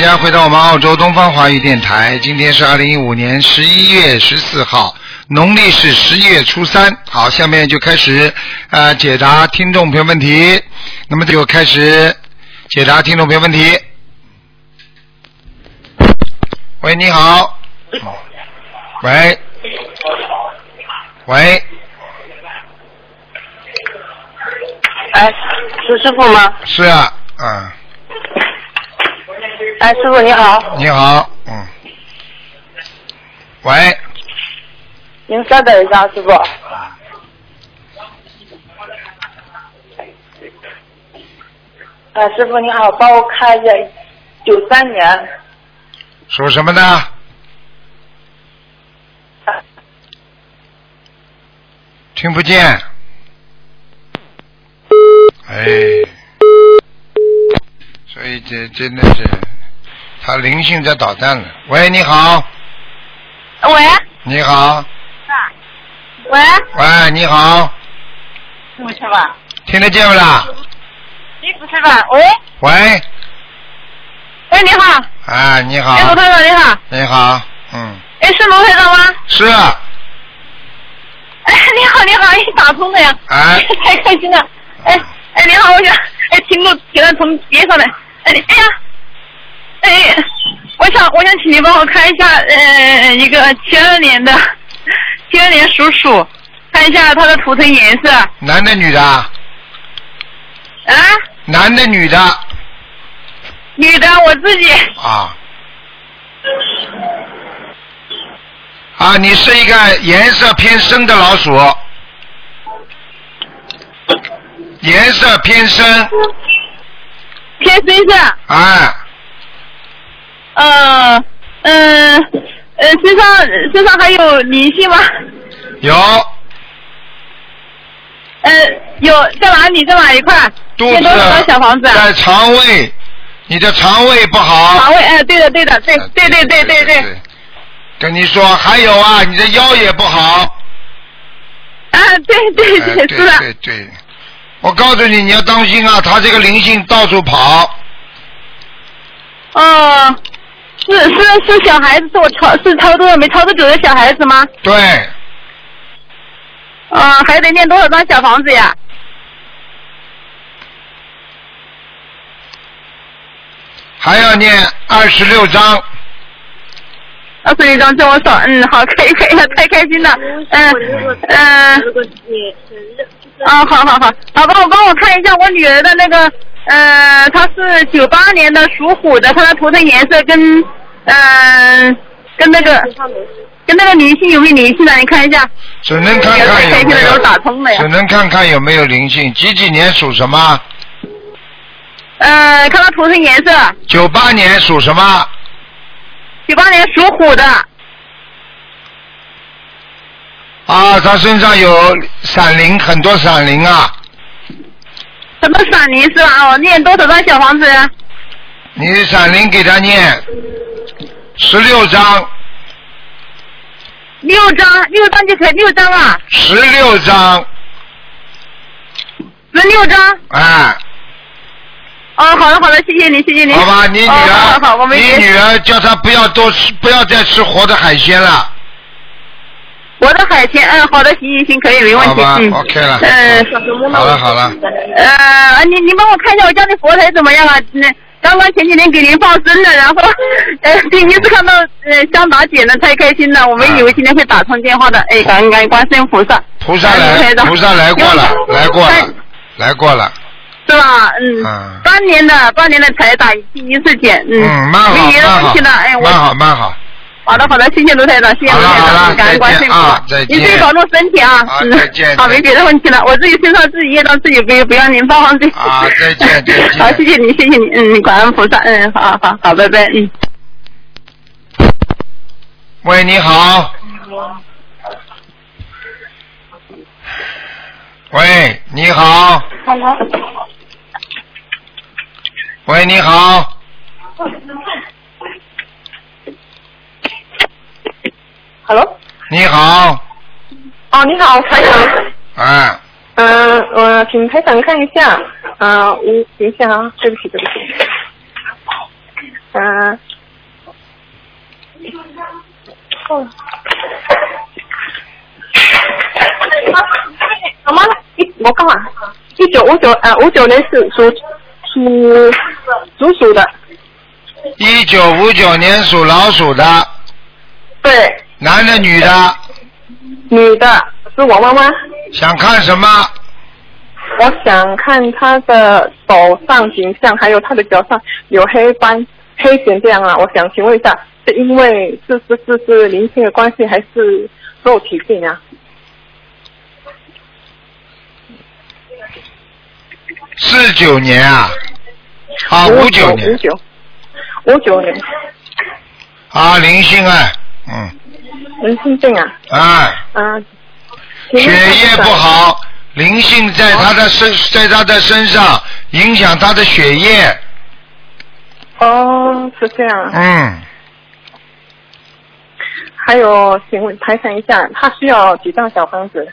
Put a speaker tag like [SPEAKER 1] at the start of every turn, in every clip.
[SPEAKER 1] 家回到我们澳洲东方华语电台。今天是二零一五年十一月十四号，农历是十一月初三。好，下面就开始呃解答听众朋友问题。那么就开始解答听众朋友问题。喂，你好。喂。喂。
[SPEAKER 2] 哎，是师傅吗？
[SPEAKER 1] 是啊，嗯，
[SPEAKER 2] 哎，师傅你好，
[SPEAKER 1] 你好，嗯。喂，
[SPEAKER 2] 您稍等一下，师傅。哎，师傅你好，帮我看一下九三年
[SPEAKER 1] 属什么的？听不见。哎，所以这真的是，他灵性在捣蛋了。喂，你好，
[SPEAKER 3] 喂
[SPEAKER 1] 你好，
[SPEAKER 3] 喂，
[SPEAKER 1] 喂，你好，
[SPEAKER 3] 师傅吃饭？
[SPEAKER 1] 听得见不啦？
[SPEAKER 3] 你不吃饭？喂，
[SPEAKER 1] 喂，
[SPEAKER 3] 喂，哎你好，
[SPEAKER 1] 啊，你好
[SPEAKER 3] 哎，，卢台长你好，
[SPEAKER 1] 你好，嗯，
[SPEAKER 3] 哎，是卢台长吗？
[SPEAKER 1] 是啊，
[SPEAKER 3] 哎，你好，你好，哎，打通了呀，
[SPEAKER 1] 哎
[SPEAKER 3] 太开心了，哎，哎，你好，我想，哎，听众给他从别上来，哎，你哎呀，哎，我想，我想请你帮我看一下，呃，一个七二年的，七二年属鼠，看一下他的图腾颜色，
[SPEAKER 1] 男的女的啊？
[SPEAKER 3] 啊，
[SPEAKER 1] 男的女的
[SPEAKER 3] 女的，我自己，
[SPEAKER 1] 啊？啊，你是一个颜色偏深的老鼠，颜色偏深，
[SPEAKER 3] 偏深色。
[SPEAKER 1] 哎，
[SPEAKER 3] 呃，嗯，呃，身上身上还有灵性吗？
[SPEAKER 1] 有
[SPEAKER 3] 呃，有在哪里？在哪一块？
[SPEAKER 1] 肚
[SPEAKER 3] 念
[SPEAKER 1] 子
[SPEAKER 3] 多少小房子？啊
[SPEAKER 1] 在肠胃，你的肠胃不好
[SPEAKER 3] 肠。胃，哎，对的，对的，对，对对对对对。
[SPEAKER 1] 呃对。跟你说，还有啊，你的腰也不好。
[SPEAKER 3] 啊，对对
[SPEAKER 1] 哎
[SPEAKER 3] 对，是啊的，
[SPEAKER 1] 对对，我告诉你，你要当心啊，他这个灵性到处跑。
[SPEAKER 3] 哦，是是是小孩子，是我超是超度了没超度走的小孩子吗？
[SPEAKER 1] 对，
[SPEAKER 3] 啊，还得念多少张小房子呀？
[SPEAKER 1] 还要念二十六章。
[SPEAKER 3] 二十一张，这我手，嗯，好，可以可以，太开心了，嗯嗯。啊，好好好，好，帮我帮我看一下我女儿的那个，呃，她是九八年的属虎的，她的图腾颜色跟，嗯、跟那个跟那个灵性有没有联系呢？你看一下，
[SPEAKER 1] 只能看看有
[SPEAKER 3] 太开
[SPEAKER 1] 没
[SPEAKER 3] 心了
[SPEAKER 1] 有
[SPEAKER 3] 都打通了呀
[SPEAKER 1] 只能看看有没有灵性。几几年属什么？
[SPEAKER 3] 呃，看她图腾颜色，
[SPEAKER 1] 九八年属什么？
[SPEAKER 3] 九八年属虎的，
[SPEAKER 1] 啊，他身上有闪灵，很多闪灵啊。
[SPEAKER 3] 什么闪灵是吧？哦，念多少张小房子？
[SPEAKER 1] 你闪灵给他念十六章，
[SPEAKER 3] 六张，六张就可以，六张啊，
[SPEAKER 1] 十六章，
[SPEAKER 3] 十六张。
[SPEAKER 1] 哎，
[SPEAKER 3] 哦，好的好的，谢谢你，谢谢你。
[SPEAKER 1] 好吧，你女
[SPEAKER 3] 哦、好
[SPEAKER 1] 儿，
[SPEAKER 3] 好好，我们
[SPEAKER 1] 你女儿叫她不要多吃，不要再吃活的海鲜了，
[SPEAKER 3] 我的海鲜，嗯，好的，行行行，可以，没问
[SPEAKER 1] 好
[SPEAKER 3] 题，
[SPEAKER 1] 吧
[SPEAKER 3] 嗯
[SPEAKER 1] ？OK 了，
[SPEAKER 3] 嗯，
[SPEAKER 1] 好了好了，
[SPEAKER 3] 呃，你你帮我看一下我家的佛台怎么样啊？那刚刚前几天给您放生了，然后 呃第一次看到呃香打姐呢，太开心了，我没以为今天会打通电话
[SPEAKER 1] 啊
[SPEAKER 3] 的，哎，感恩感恩观世音菩萨。
[SPEAKER 1] 菩萨
[SPEAKER 3] 哎
[SPEAKER 1] 来，
[SPEAKER 3] 台长
[SPEAKER 1] 菩萨来过了，来过
[SPEAKER 3] 哎
[SPEAKER 1] 了，来过了，
[SPEAKER 3] 是吧？嗯，
[SPEAKER 1] 嗯
[SPEAKER 3] 八年的八年的才打第一次检，嗯，
[SPEAKER 1] 嗯，蛮好
[SPEAKER 3] 没别的
[SPEAKER 1] 蛮
[SPEAKER 3] 问
[SPEAKER 1] 好
[SPEAKER 3] 题了，哎，，我
[SPEAKER 1] 蛮好蛮好，
[SPEAKER 3] 好的好的，谢谢卢台长，谢谢
[SPEAKER 1] 好
[SPEAKER 3] 卢
[SPEAKER 1] 了
[SPEAKER 3] 台
[SPEAKER 1] 好了
[SPEAKER 3] 长，感恩观世音菩萨
[SPEAKER 1] 再见啊再，见
[SPEAKER 3] 您自己保重身体啊
[SPEAKER 1] 啊，
[SPEAKER 3] 嗯
[SPEAKER 1] 再见
[SPEAKER 3] 好，
[SPEAKER 1] 再见
[SPEAKER 3] 没别的问题了，我自己身上自己业障自己背，不要您帮忙自己。
[SPEAKER 1] 啊再见再见
[SPEAKER 3] 好，谢谢您，谢谢您，嗯，感恩菩萨，嗯，好好好，拜拜，嗯。
[SPEAKER 1] 喂，你好。喂，你好。喂，你好。
[SPEAKER 2] ，Hello，
[SPEAKER 1] 你好，
[SPEAKER 2] 哦，你好，台长，
[SPEAKER 1] 哎，
[SPEAKER 2] 嗯、我请呃台长看一下，嗯、我等一下啊，对不起，对不起，
[SPEAKER 4] 嗯。哦什么？一我看看，一九五九呃五九年是属属属鼠的，
[SPEAKER 1] 一九五九年属老鼠的，
[SPEAKER 4] 对，
[SPEAKER 1] 男的女的，
[SPEAKER 4] 女的是我妈妈。
[SPEAKER 1] 想看什么？
[SPEAKER 4] 我想看她的手上形象，还有她的脚上有黑斑、黑点这样啊。我想请问一下，是因为是是是是灵性的关系，还是肉体病啊？
[SPEAKER 1] 四九年啊，啊五
[SPEAKER 4] 五
[SPEAKER 1] 九
[SPEAKER 4] 五
[SPEAKER 1] 年
[SPEAKER 4] 九五九年
[SPEAKER 1] 啊灵性啊，嗯
[SPEAKER 4] 灵性病啊，
[SPEAKER 1] 啊，
[SPEAKER 4] 啊，
[SPEAKER 1] 血液不好，灵性在他的身，在他的身上影响他的血液，
[SPEAKER 4] 哦，是这样啊。
[SPEAKER 1] 嗯，
[SPEAKER 4] 还有，请问排查一下，他需要几张小房子？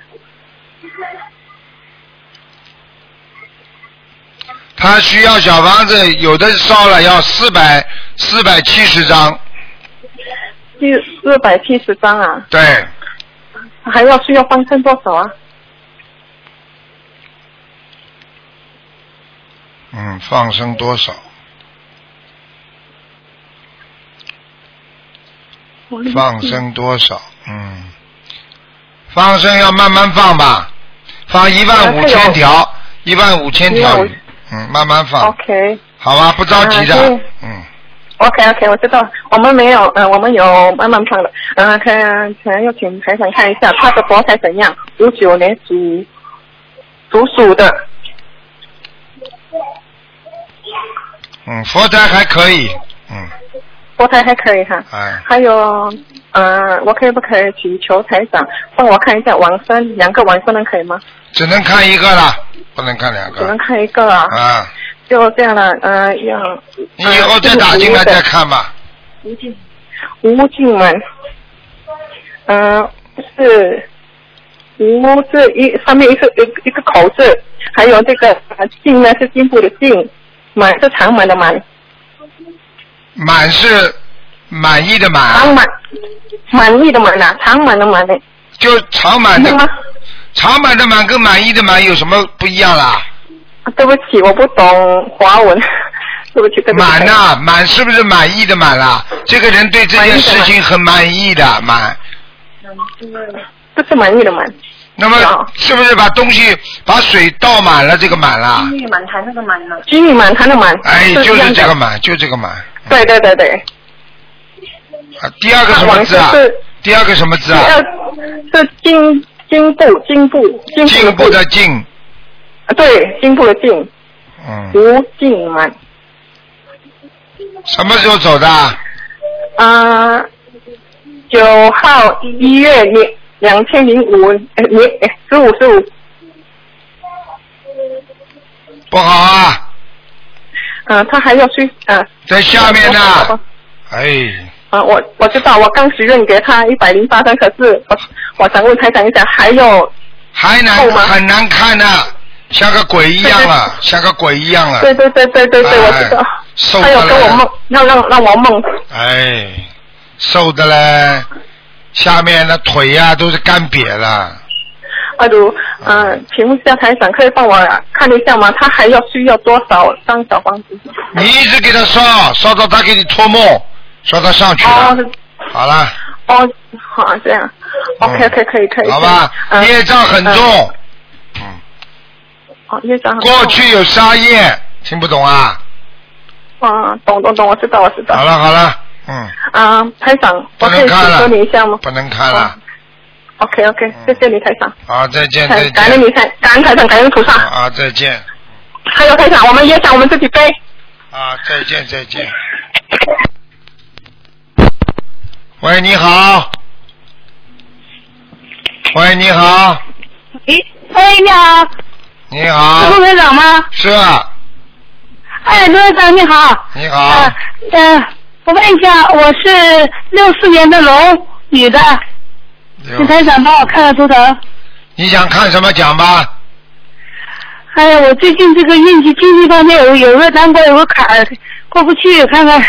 [SPEAKER 1] 他需要小房子，有的烧了要四百四百七十张，
[SPEAKER 4] 四四百七十张啊，
[SPEAKER 1] 对，
[SPEAKER 4] 还要需要放生多少啊？
[SPEAKER 1] 嗯，放生多少？放生多少？嗯，放生要慢慢放吧，放一万五千条，一万五千条鱼，嗯，慢慢放，
[SPEAKER 4] OK
[SPEAKER 1] 好吧，不着急
[SPEAKER 4] 啊
[SPEAKER 1] 的
[SPEAKER 4] 对，
[SPEAKER 1] 嗯，
[SPEAKER 4] OK OK，我知道，我们没有，呃，我们有慢慢放的，呃，看，可能要请台长看一下他的佛台怎样，五九年属属鼠的，
[SPEAKER 1] 嗯，佛台还可以，嗯，
[SPEAKER 4] 佛台还可以哈。
[SPEAKER 1] 哎，
[SPEAKER 4] 还有，呃，我可以不可以请求台长帮我看一下王生两个王生人可以吗？
[SPEAKER 1] 只能看一个了，不能看两
[SPEAKER 4] 只能
[SPEAKER 1] 个，
[SPEAKER 4] 看一个啊。
[SPEAKER 1] 啊，
[SPEAKER 4] 就这样了，呃，要
[SPEAKER 1] 你以后再打进来再看吧，
[SPEAKER 4] 吴静文，嗯、是吴字一上面一个一个一个口字，还有这个呃进呢是进步的进，满是长满的满，
[SPEAKER 1] 满是满意的
[SPEAKER 4] 长
[SPEAKER 1] 满，
[SPEAKER 4] 满满意的满啊，长满的满的，
[SPEAKER 1] 就长满
[SPEAKER 4] 是吗
[SPEAKER 1] 的，？长满的满跟满意的满有什么不一样啦？
[SPEAKER 4] 啊对不起，我不懂华文， 对不起，对不起。
[SPEAKER 1] 满啊呐、满是不是满意的满啦、这个人对这件事情很满意的满。
[SPEAKER 4] 这是满意的满，
[SPEAKER 1] 那么是不是把东西把水倒满了？这个满啦、
[SPEAKER 5] 啊
[SPEAKER 4] 金玉满堂的满，
[SPEAKER 1] 哎，
[SPEAKER 4] 是
[SPEAKER 1] 就
[SPEAKER 4] 一样
[SPEAKER 1] 是
[SPEAKER 4] 的
[SPEAKER 1] 这个。满，就这个满。
[SPEAKER 4] 对对对对，
[SPEAKER 1] 啊，第二个什么字啊
[SPEAKER 4] 往事是？
[SPEAKER 1] 第二个什么字
[SPEAKER 4] 第
[SPEAKER 1] 啊？
[SPEAKER 4] 二是进进步进步进步
[SPEAKER 1] 进
[SPEAKER 4] 的
[SPEAKER 1] 步的进，
[SPEAKER 4] 啊，对，进步的进，
[SPEAKER 1] 嗯，
[SPEAKER 4] 吴静满。
[SPEAKER 1] 什么时候走的啊？
[SPEAKER 4] 啊、九号一月年两千零五呃年十五十五，
[SPEAKER 1] 不好啊，
[SPEAKER 4] 嗯，他还要去呃。
[SPEAKER 1] 在下面呢、
[SPEAKER 4] 啊。
[SPEAKER 1] 哎，
[SPEAKER 4] 啊，我我知道，我刚许愿给他一百零八张，可是我我想问台长一下，还有
[SPEAKER 1] 还难
[SPEAKER 4] 够吗
[SPEAKER 1] 很难看呢、像个鬼一样 了，像个鬼一样了。啊
[SPEAKER 4] 对对对对对对，我知道
[SPEAKER 1] 哎，受不
[SPEAKER 4] 还有
[SPEAKER 1] 了
[SPEAKER 4] 跟我梦，要让让我梦，
[SPEAKER 1] 哎，瘦的嘞，下面的腿呀、都是干瘪了。
[SPEAKER 4] 阿如，嗯、请问一下台长，可以帮我看一下吗？他还要需要多少张小房子？
[SPEAKER 1] 你一直给他烧，烧到他给你托梦，烧到上去了。
[SPEAKER 4] 哦，是
[SPEAKER 1] 好了，
[SPEAKER 4] 哦，好，这样，OK OK 可以可以，
[SPEAKER 1] 哦好吧，
[SPEAKER 4] 嗯，
[SPEAKER 1] 业障很重，
[SPEAKER 4] 哦，业障很重
[SPEAKER 1] 过，去有杀业，听不懂啊？
[SPEAKER 4] 啊，懂懂懂，我知道我知
[SPEAKER 1] 好
[SPEAKER 4] 道，
[SPEAKER 1] 了好了，嗯，
[SPEAKER 4] 啊，台长，
[SPEAKER 1] 不
[SPEAKER 4] 我可
[SPEAKER 1] 能
[SPEAKER 4] 以
[SPEAKER 1] 看
[SPEAKER 4] 请
[SPEAKER 1] 了
[SPEAKER 4] 求你一下吗
[SPEAKER 1] 不能看了。嗯
[SPEAKER 4] ？OK OK，谢谢你台长，
[SPEAKER 1] 好，再见再
[SPEAKER 4] 嗯感感恩
[SPEAKER 1] 见。
[SPEAKER 4] 你台，感恩台长，感恩菩萨，
[SPEAKER 1] 啊，再见
[SPEAKER 4] 还有台长，我们业障我们自己背。
[SPEAKER 1] 啊，再见再见。喂，你好。喂，你好。
[SPEAKER 3] 咦，哎，你好，
[SPEAKER 1] 你
[SPEAKER 3] 是
[SPEAKER 1] 好
[SPEAKER 3] 陆，队长吗？
[SPEAKER 1] 是啊，
[SPEAKER 3] 哎，陆队长你好。
[SPEAKER 1] 你
[SPEAKER 3] 呃
[SPEAKER 1] 好，
[SPEAKER 3] 呃，我问一下，我是六四年的龙女的，
[SPEAKER 1] 你
[SPEAKER 3] 请台长帮我看看图腾。
[SPEAKER 1] 你想看什么讲吧？
[SPEAKER 3] 哎呀，我最近这个运气经济方面有有个难关，有个坎儿过不去，看看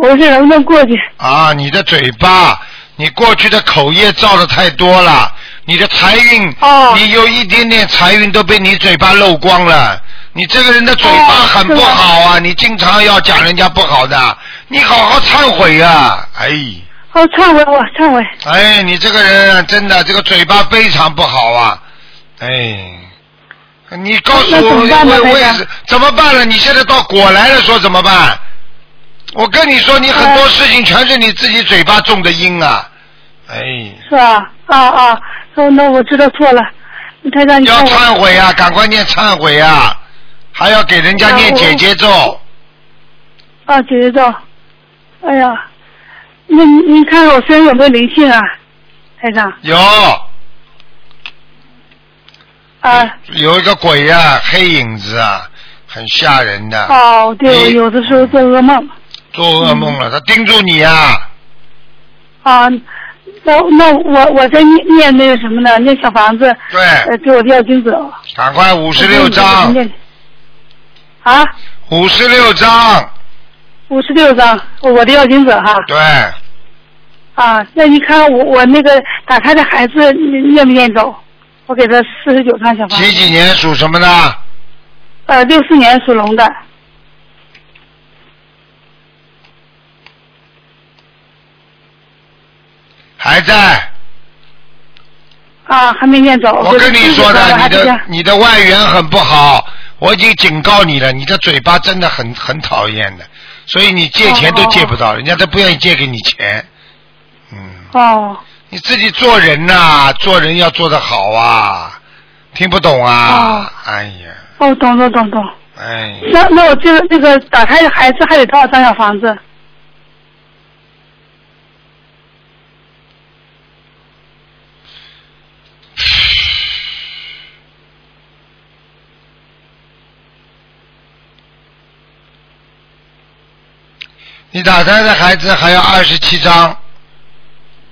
[SPEAKER 6] 我是能不能过去？
[SPEAKER 1] 啊，你的嘴巴，你过去的口业造的太多了，你的财运，
[SPEAKER 6] 哦
[SPEAKER 1] 你有一点点财运都被你嘴巴漏光了。你这个人的嘴巴
[SPEAKER 6] 哦
[SPEAKER 1] 很
[SPEAKER 6] 是
[SPEAKER 1] 不
[SPEAKER 6] 吗
[SPEAKER 1] 好啊，你经常要讲人家不好的，你好好忏悔啊！哎，
[SPEAKER 6] 哦，忏悔我忏悔。
[SPEAKER 1] 哎，你这个人啊真的这个嘴巴非常不好啊！哎，你告诉
[SPEAKER 6] 那怎
[SPEAKER 1] 我
[SPEAKER 6] 么办呢
[SPEAKER 1] 为
[SPEAKER 6] 台
[SPEAKER 1] 为
[SPEAKER 6] 长
[SPEAKER 1] 什怎么办了？你现在到果来了，说怎么办？我跟你说，你很多
[SPEAKER 6] 呃
[SPEAKER 1] 事情全是你自己嘴巴种的因啊！哎，
[SPEAKER 6] 是吧？啊啊，哦，那我知道错了，台长，你
[SPEAKER 1] 要
[SPEAKER 6] 看
[SPEAKER 1] 忏
[SPEAKER 6] 我
[SPEAKER 1] 悔啊，赶快念忏悔啊，还要给人家念
[SPEAKER 6] 那我
[SPEAKER 1] 姐姐咒。
[SPEAKER 6] 啊，姐姐照，哎呀，那你你看我身上有没有灵性啊，台长？
[SPEAKER 1] 有
[SPEAKER 6] 啊，
[SPEAKER 1] 有一个鬼呀、啊，黑影子啊，很吓人的。
[SPEAKER 6] 哦，对，
[SPEAKER 1] 嗯
[SPEAKER 6] 我
[SPEAKER 1] 你
[SPEAKER 6] 有的时候做噩梦
[SPEAKER 1] 做噩梦
[SPEAKER 6] 嗯
[SPEAKER 1] 了，他盯住你啊。
[SPEAKER 6] 啊。那那我我在念念那个什么呢？念小房子，
[SPEAKER 1] 对，
[SPEAKER 6] 呃，给我要金子。
[SPEAKER 1] 赶快五
[SPEAKER 6] 五
[SPEAKER 1] 十六张，
[SPEAKER 6] 啊，
[SPEAKER 1] 五十六张，
[SPEAKER 6] 五十六张，我的要金子哈。
[SPEAKER 1] 对，
[SPEAKER 6] 啊，那你看我我那个打胎的孩子念不念走？我给他四十九张小房子
[SPEAKER 1] 几。几年属什么的？
[SPEAKER 6] 呃，六四年属龙的。
[SPEAKER 1] 还在。
[SPEAKER 6] 啊，还没念走。
[SPEAKER 1] 我跟你说
[SPEAKER 6] 我
[SPEAKER 1] 的，
[SPEAKER 6] 还
[SPEAKER 1] 你
[SPEAKER 6] 不行
[SPEAKER 1] 的你的外援很不好，我已经警告你了，你的嘴巴真的很很讨厌的，所以你借钱都
[SPEAKER 6] 哦
[SPEAKER 1] 借不到，人家都不愿意借给你钱。嗯，
[SPEAKER 6] 哦
[SPEAKER 1] 你自己做人呐、做人要做得好啊，听不懂啊？哎呀，
[SPEAKER 6] 哦，懂懂懂懂。
[SPEAKER 1] 哎呀，
[SPEAKER 6] 那那我这个那个打胎的孩子还有多少张小房子？
[SPEAKER 1] 你打胎的孩子还要二十七张，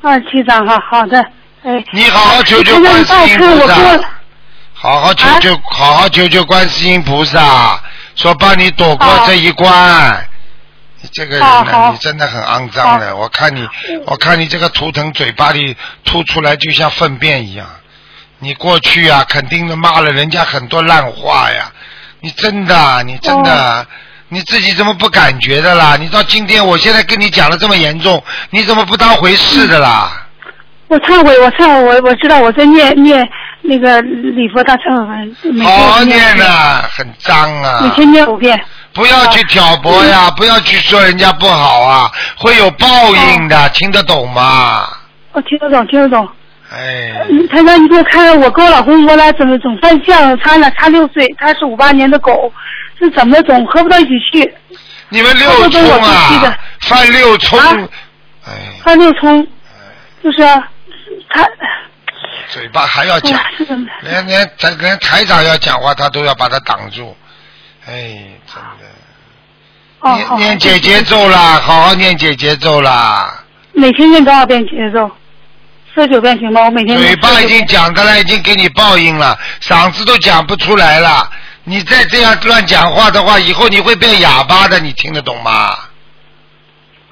[SPEAKER 6] 二十七张哈，好的。哎，
[SPEAKER 1] 你好好求求观世音
[SPEAKER 6] 我
[SPEAKER 1] 菩
[SPEAKER 6] 给
[SPEAKER 1] 萨
[SPEAKER 6] 我。
[SPEAKER 1] 好好
[SPEAKER 6] 啊
[SPEAKER 1] 求求，好好求求观世音菩萨，说帮你躲过
[SPEAKER 6] 好
[SPEAKER 1] 这一关。你这个人呢、
[SPEAKER 6] 好好
[SPEAKER 1] 你真的很肮脏的。我看你，我看你这个图腾嘴巴里吐出来就像粪便一样。你过去啊，肯定的骂了人家很多烂话呀。你真的啊，你真的啊，
[SPEAKER 6] 哦
[SPEAKER 1] 你自己怎么不感觉的啦？你到今天，我现在跟你讲的这么严重，你怎么不当回事的啦？
[SPEAKER 6] 我忏悔，我忏悔，我我知道我在念念那个礼佛大忏悔文，嗯每天
[SPEAKER 1] 好好念
[SPEAKER 6] 五遍
[SPEAKER 1] 呐、很脏啊。
[SPEAKER 6] 每天念五遍。
[SPEAKER 1] 不要去挑拨呀，
[SPEAKER 6] 嗯
[SPEAKER 1] 不要去说人家不好啊，会有报应
[SPEAKER 6] 哦
[SPEAKER 1] 的，听得懂吗？
[SPEAKER 6] 我听得懂，听得懂。
[SPEAKER 1] 哎，
[SPEAKER 6] 嗯台长，你给我看看，我跟我老公我俩怎么总犯相？他俩差六岁，他是五八年的狗，是怎么总合不到一起去？
[SPEAKER 1] 你们六
[SPEAKER 6] 他会
[SPEAKER 1] 冲
[SPEAKER 6] 跟我生气
[SPEAKER 1] 啊
[SPEAKER 6] 的，
[SPEAKER 1] 犯六冲
[SPEAKER 6] 啊，
[SPEAKER 1] 哎，
[SPEAKER 6] 犯六冲，就是啊他，
[SPEAKER 1] 嘴巴还要
[SPEAKER 6] 哎
[SPEAKER 1] 讲
[SPEAKER 6] 呀，，是怎么？
[SPEAKER 1] 连连台连台长要讲话，他都要把他挡住，哎，真的，
[SPEAKER 6] 哦
[SPEAKER 1] 念
[SPEAKER 6] 哦，
[SPEAKER 1] 念姐姐咒啦，好好念姐姐咒啦。
[SPEAKER 6] 每天念多少遍节奏？四十九遍行吗？我每天念
[SPEAKER 1] 嘴巴已
[SPEAKER 6] 49
[SPEAKER 1] 经
[SPEAKER 6] 遍
[SPEAKER 1] 讲的了，已经给你报应了，嗓子都讲不出来了。你再这样乱讲话的话，以后你会变哑巴的，你听得懂吗？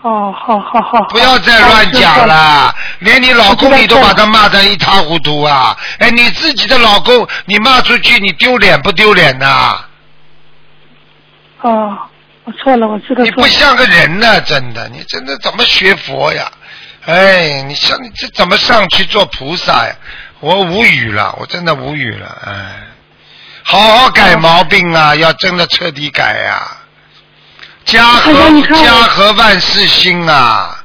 [SPEAKER 6] 哦，好好好，好
[SPEAKER 1] 不要再乱讲。了，连你老公你都把他骂得一塌糊涂啊！哎，你自己的老公你骂出去，你丢脸不丢脸呐、
[SPEAKER 6] 哦，我错了，我知道
[SPEAKER 1] 你
[SPEAKER 6] 错
[SPEAKER 1] 不
[SPEAKER 6] 了。
[SPEAKER 1] 像个人呢、真的，你真的怎么学佛呀？哎，你像你这怎么上去做菩萨呀？我无语了，我真的无语了，哎，好好改毛病啊，要真的彻底改呀、家和
[SPEAKER 6] 台长你看我
[SPEAKER 1] 家和万事兴啊！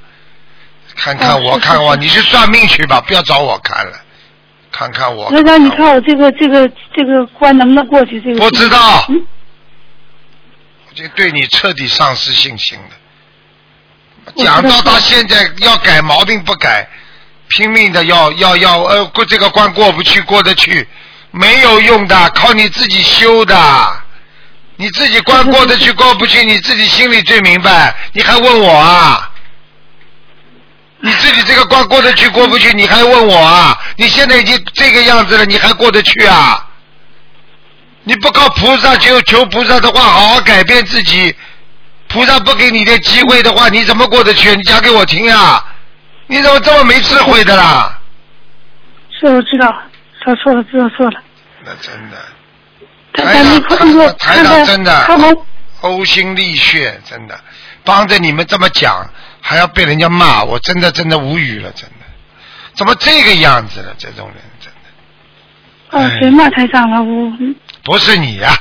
[SPEAKER 1] 看看
[SPEAKER 6] 哦
[SPEAKER 1] 我，
[SPEAKER 6] 是
[SPEAKER 1] 看我，
[SPEAKER 6] 是
[SPEAKER 1] 你是算命去吧，不要找我看了，看看我。
[SPEAKER 6] 台长，你
[SPEAKER 1] 我
[SPEAKER 6] 看我这个这个这个关能不能过去？这个
[SPEAKER 1] 不知道
[SPEAKER 6] 嗯
[SPEAKER 1] 我就对你彻底丧失信心了。
[SPEAKER 6] 我
[SPEAKER 1] 讲
[SPEAKER 6] 知道
[SPEAKER 1] 到他
[SPEAKER 6] 是
[SPEAKER 1] 现在要改毛病不改，拼命的要要要呃过这个关过不去过得去，没有用的，靠你自己修的。你自己关过得去过不去，你自己心里最明白。你还问我啊？你自己这个关过得去过不去，你还问我啊？你现在已经这个样子了，你还过得去啊？你不靠菩萨求求菩萨的话，好好改变自己，菩萨不给你的机会的话，你怎么过得去？你讲给我听呀、你怎么这么没智慧的啦？
[SPEAKER 6] 是我知道，说错了，知道错了。
[SPEAKER 1] 那真的，
[SPEAKER 6] 他
[SPEAKER 1] 台
[SPEAKER 6] 他没
[SPEAKER 1] 长
[SPEAKER 6] 看过，
[SPEAKER 1] 台
[SPEAKER 6] 看
[SPEAKER 1] 长
[SPEAKER 6] 看
[SPEAKER 1] 真的
[SPEAKER 6] 他们
[SPEAKER 1] 呕心沥血，真的，帮着你们这么讲，还要被人家骂，我真的真的无语了，真的，怎么这个样子了？这种人真的哎
[SPEAKER 6] 哦，谁骂台长了？我
[SPEAKER 1] 不是你呀、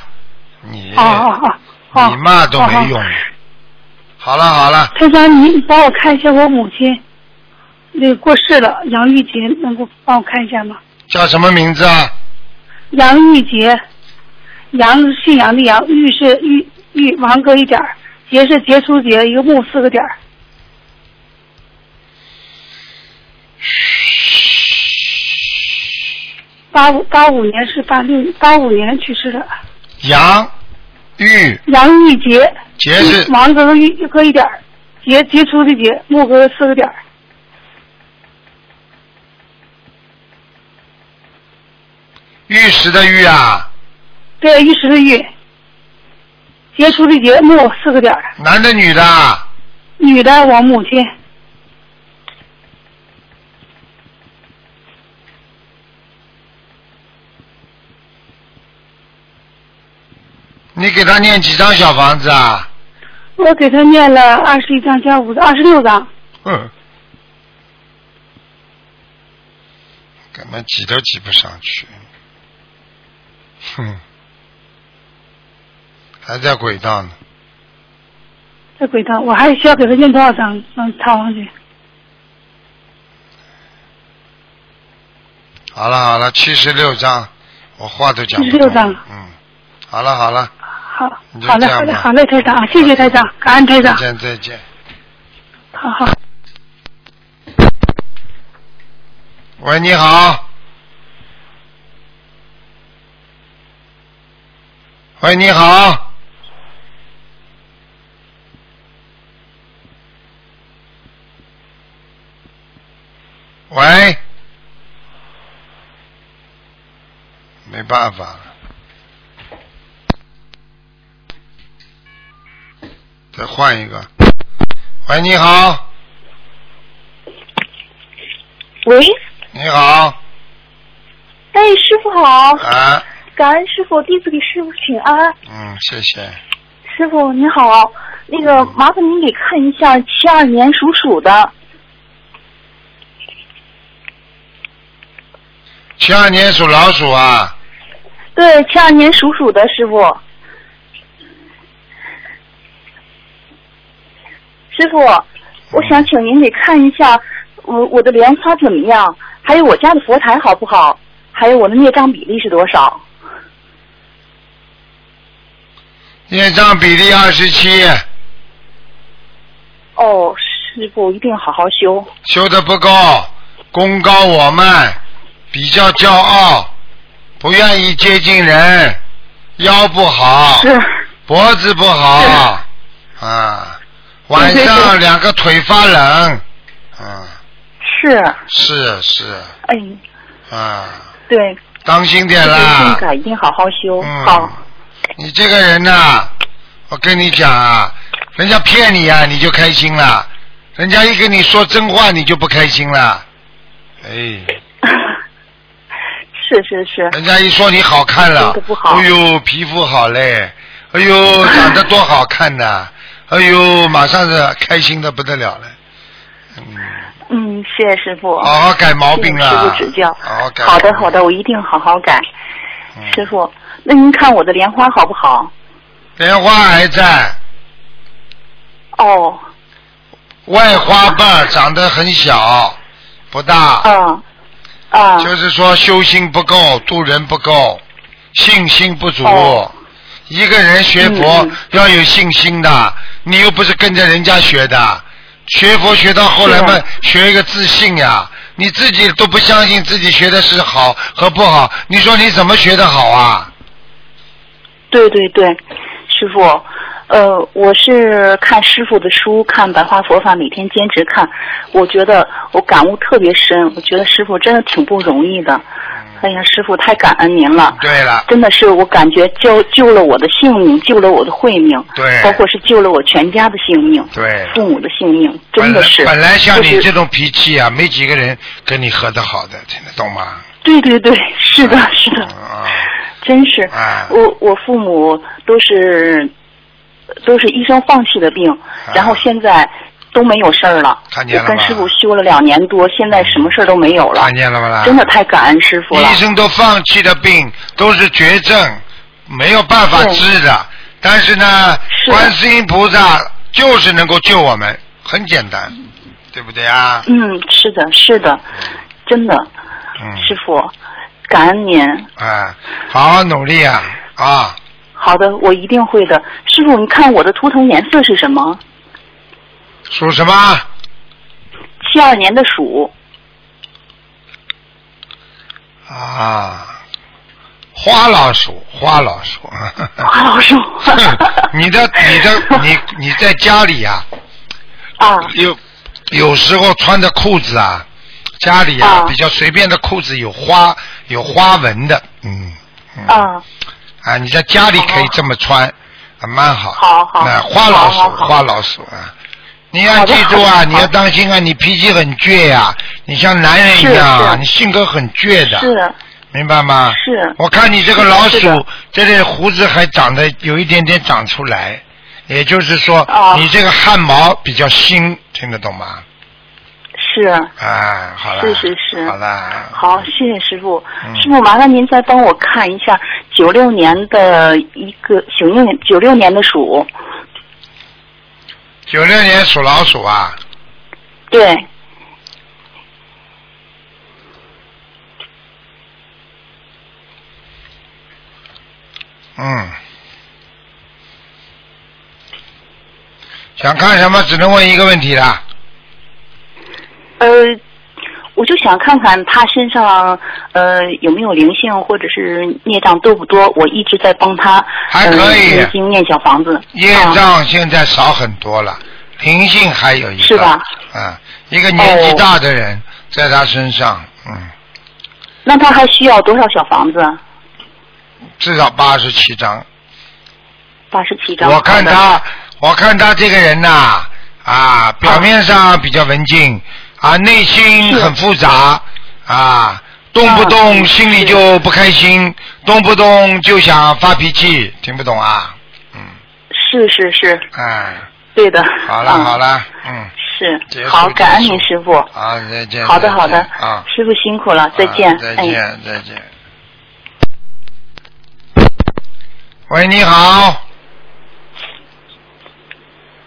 [SPEAKER 1] 你、
[SPEAKER 6] 哦哦哦哦，
[SPEAKER 1] 哎你骂都没用。
[SPEAKER 6] 哦哦
[SPEAKER 1] 好了好了，
[SPEAKER 6] 台长，你帮我看一下我母亲，那个过世了，杨玉洁，能够帮我看一下吗？
[SPEAKER 1] 叫什么名字啊？
[SPEAKER 6] 杨玉洁，杨是姓杨的杨，玉是玉玉王哥一点儿，杰是杰出杰，一个木四个点儿。八五八五年是八六八五年去世的，啊
[SPEAKER 1] 杨玉
[SPEAKER 6] 杨玉洁，
[SPEAKER 1] 杰是
[SPEAKER 6] 玉王哥一哥一点儿，杰杰出的杰，木哥四个点儿。
[SPEAKER 1] 玉石的玉啊，
[SPEAKER 6] 对，玉石的玉，杰出的杰，木四个点儿。
[SPEAKER 1] 男的女的啊？
[SPEAKER 6] 女的，我母亲，
[SPEAKER 1] 你给他念几张小房子啊？
[SPEAKER 6] 我给她念了二十一章加五二十六章。
[SPEAKER 1] 哼，根本挤都挤不上去。哼，还在轨道呢。
[SPEAKER 6] 这鬼道，我还需要给她念多少章能抄上去？
[SPEAKER 1] 好了好了，七十六张，我话都讲不
[SPEAKER 6] 76
[SPEAKER 1] 通
[SPEAKER 6] 张
[SPEAKER 1] 嗯，好了好了，
[SPEAKER 6] 好，
[SPEAKER 1] 你就
[SPEAKER 6] 好嘞，
[SPEAKER 1] 这样
[SPEAKER 6] 好嘞，
[SPEAKER 1] 吧
[SPEAKER 6] 好嘞，台长，谢谢台长，感恩台
[SPEAKER 1] 再
[SPEAKER 6] 长，
[SPEAKER 1] 见再见。
[SPEAKER 6] 好好。
[SPEAKER 1] 喂，你好。喂，你好。喂，没办法了，再换一个。喂，你好，
[SPEAKER 7] 喂，
[SPEAKER 1] 你好，
[SPEAKER 7] 哎，师傅好，
[SPEAKER 1] 啊，
[SPEAKER 7] 感恩师傅，弟子给师傅请安。
[SPEAKER 1] 嗯，谢谢。
[SPEAKER 7] 师傅您好，那个麻烦您给看一下七二年属鼠的，
[SPEAKER 1] 七二年属老鼠啊。
[SPEAKER 7] 对，七二年属鼠的师傅。师傅，我想
[SPEAKER 1] 嗯
[SPEAKER 7] 请您给看一下我我的莲花怎么样，还有我家的佛台好不好，还有我的孽障比例是多少？
[SPEAKER 1] 业障比例二十七，
[SPEAKER 7] 哦，师傅一定好好修。
[SPEAKER 1] 修的不够，功高我慢，比较骄傲，不愿意接近人，腰不好，
[SPEAKER 7] 是，
[SPEAKER 1] 脖子不好，啊，晚上两个腿发冷，啊，
[SPEAKER 7] 是，
[SPEAKER 1] 是是，
[SPEAKER 7] 哎，
[SPEAKER 1] 啊，
[SPEAKER 7] 对，
[SPEAKER 1] 当心点
[SPEAKER 7] 修
[SPEAKER 1] 啦
[SPEAKER 7] 心，改一定好好修。
[SPEAKER 1] 嗯
[SPEAKER 7] 好，，
[SPEAKER 1] 你这个人呐、我跟你讲啊，人家骗你啊，你就开心了；人家一跟你说真话，你就不开心了。哎，
[SPEAKER 7] 是是是，
[SPEAKER 1] 人家一说你好看了
[SPEAKER 7] 说得不，好
[SPEAKER 1] 哎呦，皮肤好嘞，哎呦，长得多好看呐、哎呦，马上是开心的不得了了。嗯，
[SPEAKER 7] 嗯，谢谢师傅。
[SPEAKER 1] 好好改毛
[SPEAKER 7] 谢谢
[SPEAKER 1] 病啊！
[SPEAKER 7] 师傅指教。
[SPEAKER 1] 好好改。
[SPEAKER 7] 好的好的，，我一定好好改。
[SPEAKER 1] 嗯、
[SPEAKER 7] 师傅，那您看我的莲花好不好？
[SPEAKER 1] 莲花还在，
[SPEAKER 7] 哦，
[SPEAKER 1] 外花瓣儿长得很小，不大。
[SPEAKER 7] 嗯，啊，
[SPEAKER 1] 就是说修心不够，度人不够，信心不足。
[SPEAKER 7] 哦
[SPEAKER 1] 一个人学佛、
[SPEAKER 7] 嗯嗯
[SPEAKER 1] 要有信心的，你又不是跟着人家学的，学佛学到后来嘛
[SPEAKER 7] 是，
[SPEAKER 1] 学一个自信呀、你自己都不相信自己学的是好和不好，你说你怎么学的好啊？
[SPEAKER 7] 对对对，师傅，呃，我是看师傅的书，看白话佛法，每天坚
[SPEAKER 1] 嗯
[SPEAKER 7] 持看，我觉得我感悟特别深，我觉得师傅真的挺不容易的。
[SPEAKER 8] 哎呀，师傅太感恩您了，
[SPEAKER 1] 对了，
[SPEAKER 8] 真的是我感觉救救了我的性命，救了我的慧命，
[SPEAKER 1] 对
[SPEAKER 8] 包括是救了我全家的性命，
[SPEAKER 1] 对。
[SPEAKER 8] 父母的性命，真
[SPEAKER 1] 本
[SPEAKER 8] 的
[SPEAKER 1] 来
[SPEAKER 8] 是。
[SPEAKER 1] 本来像你
[SPEAKER 8] 就是
[SPEAKER 1] 这种脾气啊，没几个人跟你合得好的，听得懂吗？
[SPEAKER 8] 对对对，是的，是的，
[SPEAKER 1] 啊
[SPEAKER 8] 真是。
[SPEAKER 1] 啊！
[SPEAKER 8] 我我父母都是都是医生放弃的病，然后现在都没有事儿了。
[SPEAKER 1] 啊看见了
[SPEAKER 8] 我跟
[SPEAKER 1] 吧嗯
[SPEAKER 8] 师傅修了两年多，现在什么事儿都没有了
[SPEAKER 1] 看，见了吧啦？
[SPEAKER 8] 真的太感恩师傅了
[SPEAKER 1] 医。生都放弃的病都是绝症，没有办法治的。但是呢，
[SPEAKER 8] 是
[SPEAKER 1] 观世音菩萨就是能够救我们，很简单，对不对啊？
[SPEAKER 8] 嗯，是的，是的，真的，
[SPEAKER 1] 嗯，
[SPEAKER 8] 师傅，感恩您。
[SPEAKER 1] 啊，好好努力啊啊！
[SPEAKER 8] 好的，我一定会的。师傅，你看我的图腾颜色是什么？
[SPEAKER 1] 属什么？
[SPEAKER 8] 七二年的鼠。
[SPEAKER 1] 啊，花老鼠，花老鼠。。
[SPEAKER 8] 花啊老鼠
[SPEAKER 1] 嗯 你的你的你你在家里啊，
[SPEAKER 8] 啊，
[SPEAKER 1] 有有时候穿的裤子啊，家里啊
[SPEAKER 8] 啊
[SPEAKER 1] 比较随便的裤子有花有花纹的，嗯。嗯
[SPEAKER 8] 啊，
[SPEAKER 1] 啊，你在家里可以这么穿，啊蛮好。
[SPEAKER 8] 好好
[SPEAKER 1] 那花老
[SPEAKER 8] 好
[SPEAKER 1] 鼠，
[SPEAKER 8] 好好
[SPEAKER 1] 花老鼠啊，你要
[SPEAKER 8] 好的
[SPEAKER 1] 记住
[SPEAKER 8] 好
[SPEAKER 1] 啊，
[SPEAKER 8] 的
[SPEAKER 1] 你要当心啊，你脾气很倔呀、你像男人一样
[SPEAKER 8] 是
[SPEAKER 1] 啊，
[SPEAKER 8] 是
[SPEAKER 1] 你性格很倔的。
[SPEAKER 8] 是
[SPEAKER 1] 明白吗？
[SPEAKER 8] 是
[SPEAKER 1] 我看你这个老
[SPEAKER 8] 是的
[SPEAKER 1] 鼠，这里胡子还长得有一点点长出来，也就是说，
[SPEAKER 8] 哦
[SPEAKER 1] 你这个汗毛比较新，听得懂吗？
[SPEAKER 8] 是。
[SPEAKER 1] 啊，好了。
[SPEAKER 8] 是是是
[SPEAKER 1] 好了。
[SPEAKER 8] 好，谢谢师傅。
[SPEAKER 1] 嗯
[SPEAKER 8] 师傅，麻烦您再帮我看一下九六年的一个九六年九六年的鼠，
[SPEAKER 1] 九六年属老鼠啊，
[SPEAKER 8] 对，
[SPEAKER 1] 嗯。想看什么？只能问一个问题了。
[SPEAKER 8] 呃，我就想看看他身上呃有没有灵性或者是孽障多不多。我一直在帮他
[SPEAKER 1] 还可以
[SPEAKER 8] 呃、念经念小房子。
[SPEAKER 1] 业
[SPEAKER 8] 啊、
[SPEAKER 1] 障现在少很多了，灵性还有一个。
[SPEAKER 8] 是吧？哦
[SPEAKER 1] 啊，一个年纪大的人在他身上，嗯，
[SPEAKER 8] 那他还需要多少小房子？
[SPEAKER 1] 至少八十七张。
[SPEAKER 8] 八十七张。
[SPEAKER 1] 我看
[SPEAKER 8] 好的
[SPEAKER 1] 他，我看他这个人呐、啊，表面上比较文静，啊，内心很复杂，啊，动不动心里就不开心，动不动就想发脾气，听不懂啊？嗯，
[SPEAKER 8] 是是是，
[SPEAKER 1] 哎，
[SPEAKER 8] 对的。
[SPEAKER 1] 好了
[SPEAKER 8] 嗯
[SPEAKER 1] 好了，嗯，结
[SPEAKER 8] 是
[SPEAKER 1] 束
[SPEAKER 8] 好，
[SPEAKER 1] 结
[SPEAKER 8] 感恩
[SPEAKER 1] 束
[SPEAKER 8] 您师傅。
[SPEAKER 1] 好，再见。
[SPEAKER 8] 好的
[SPEAKER 1] 再见
[SPEAKER 8] 好的，
[SPEAKER 1] 啊，
[SPEAKER 8] 师傅辛苦了，再见。
[SPEAKER 1] 啊再见、
[SPEAKER 8] 哎，
[SPEAKER 1] 再见。喂，你好，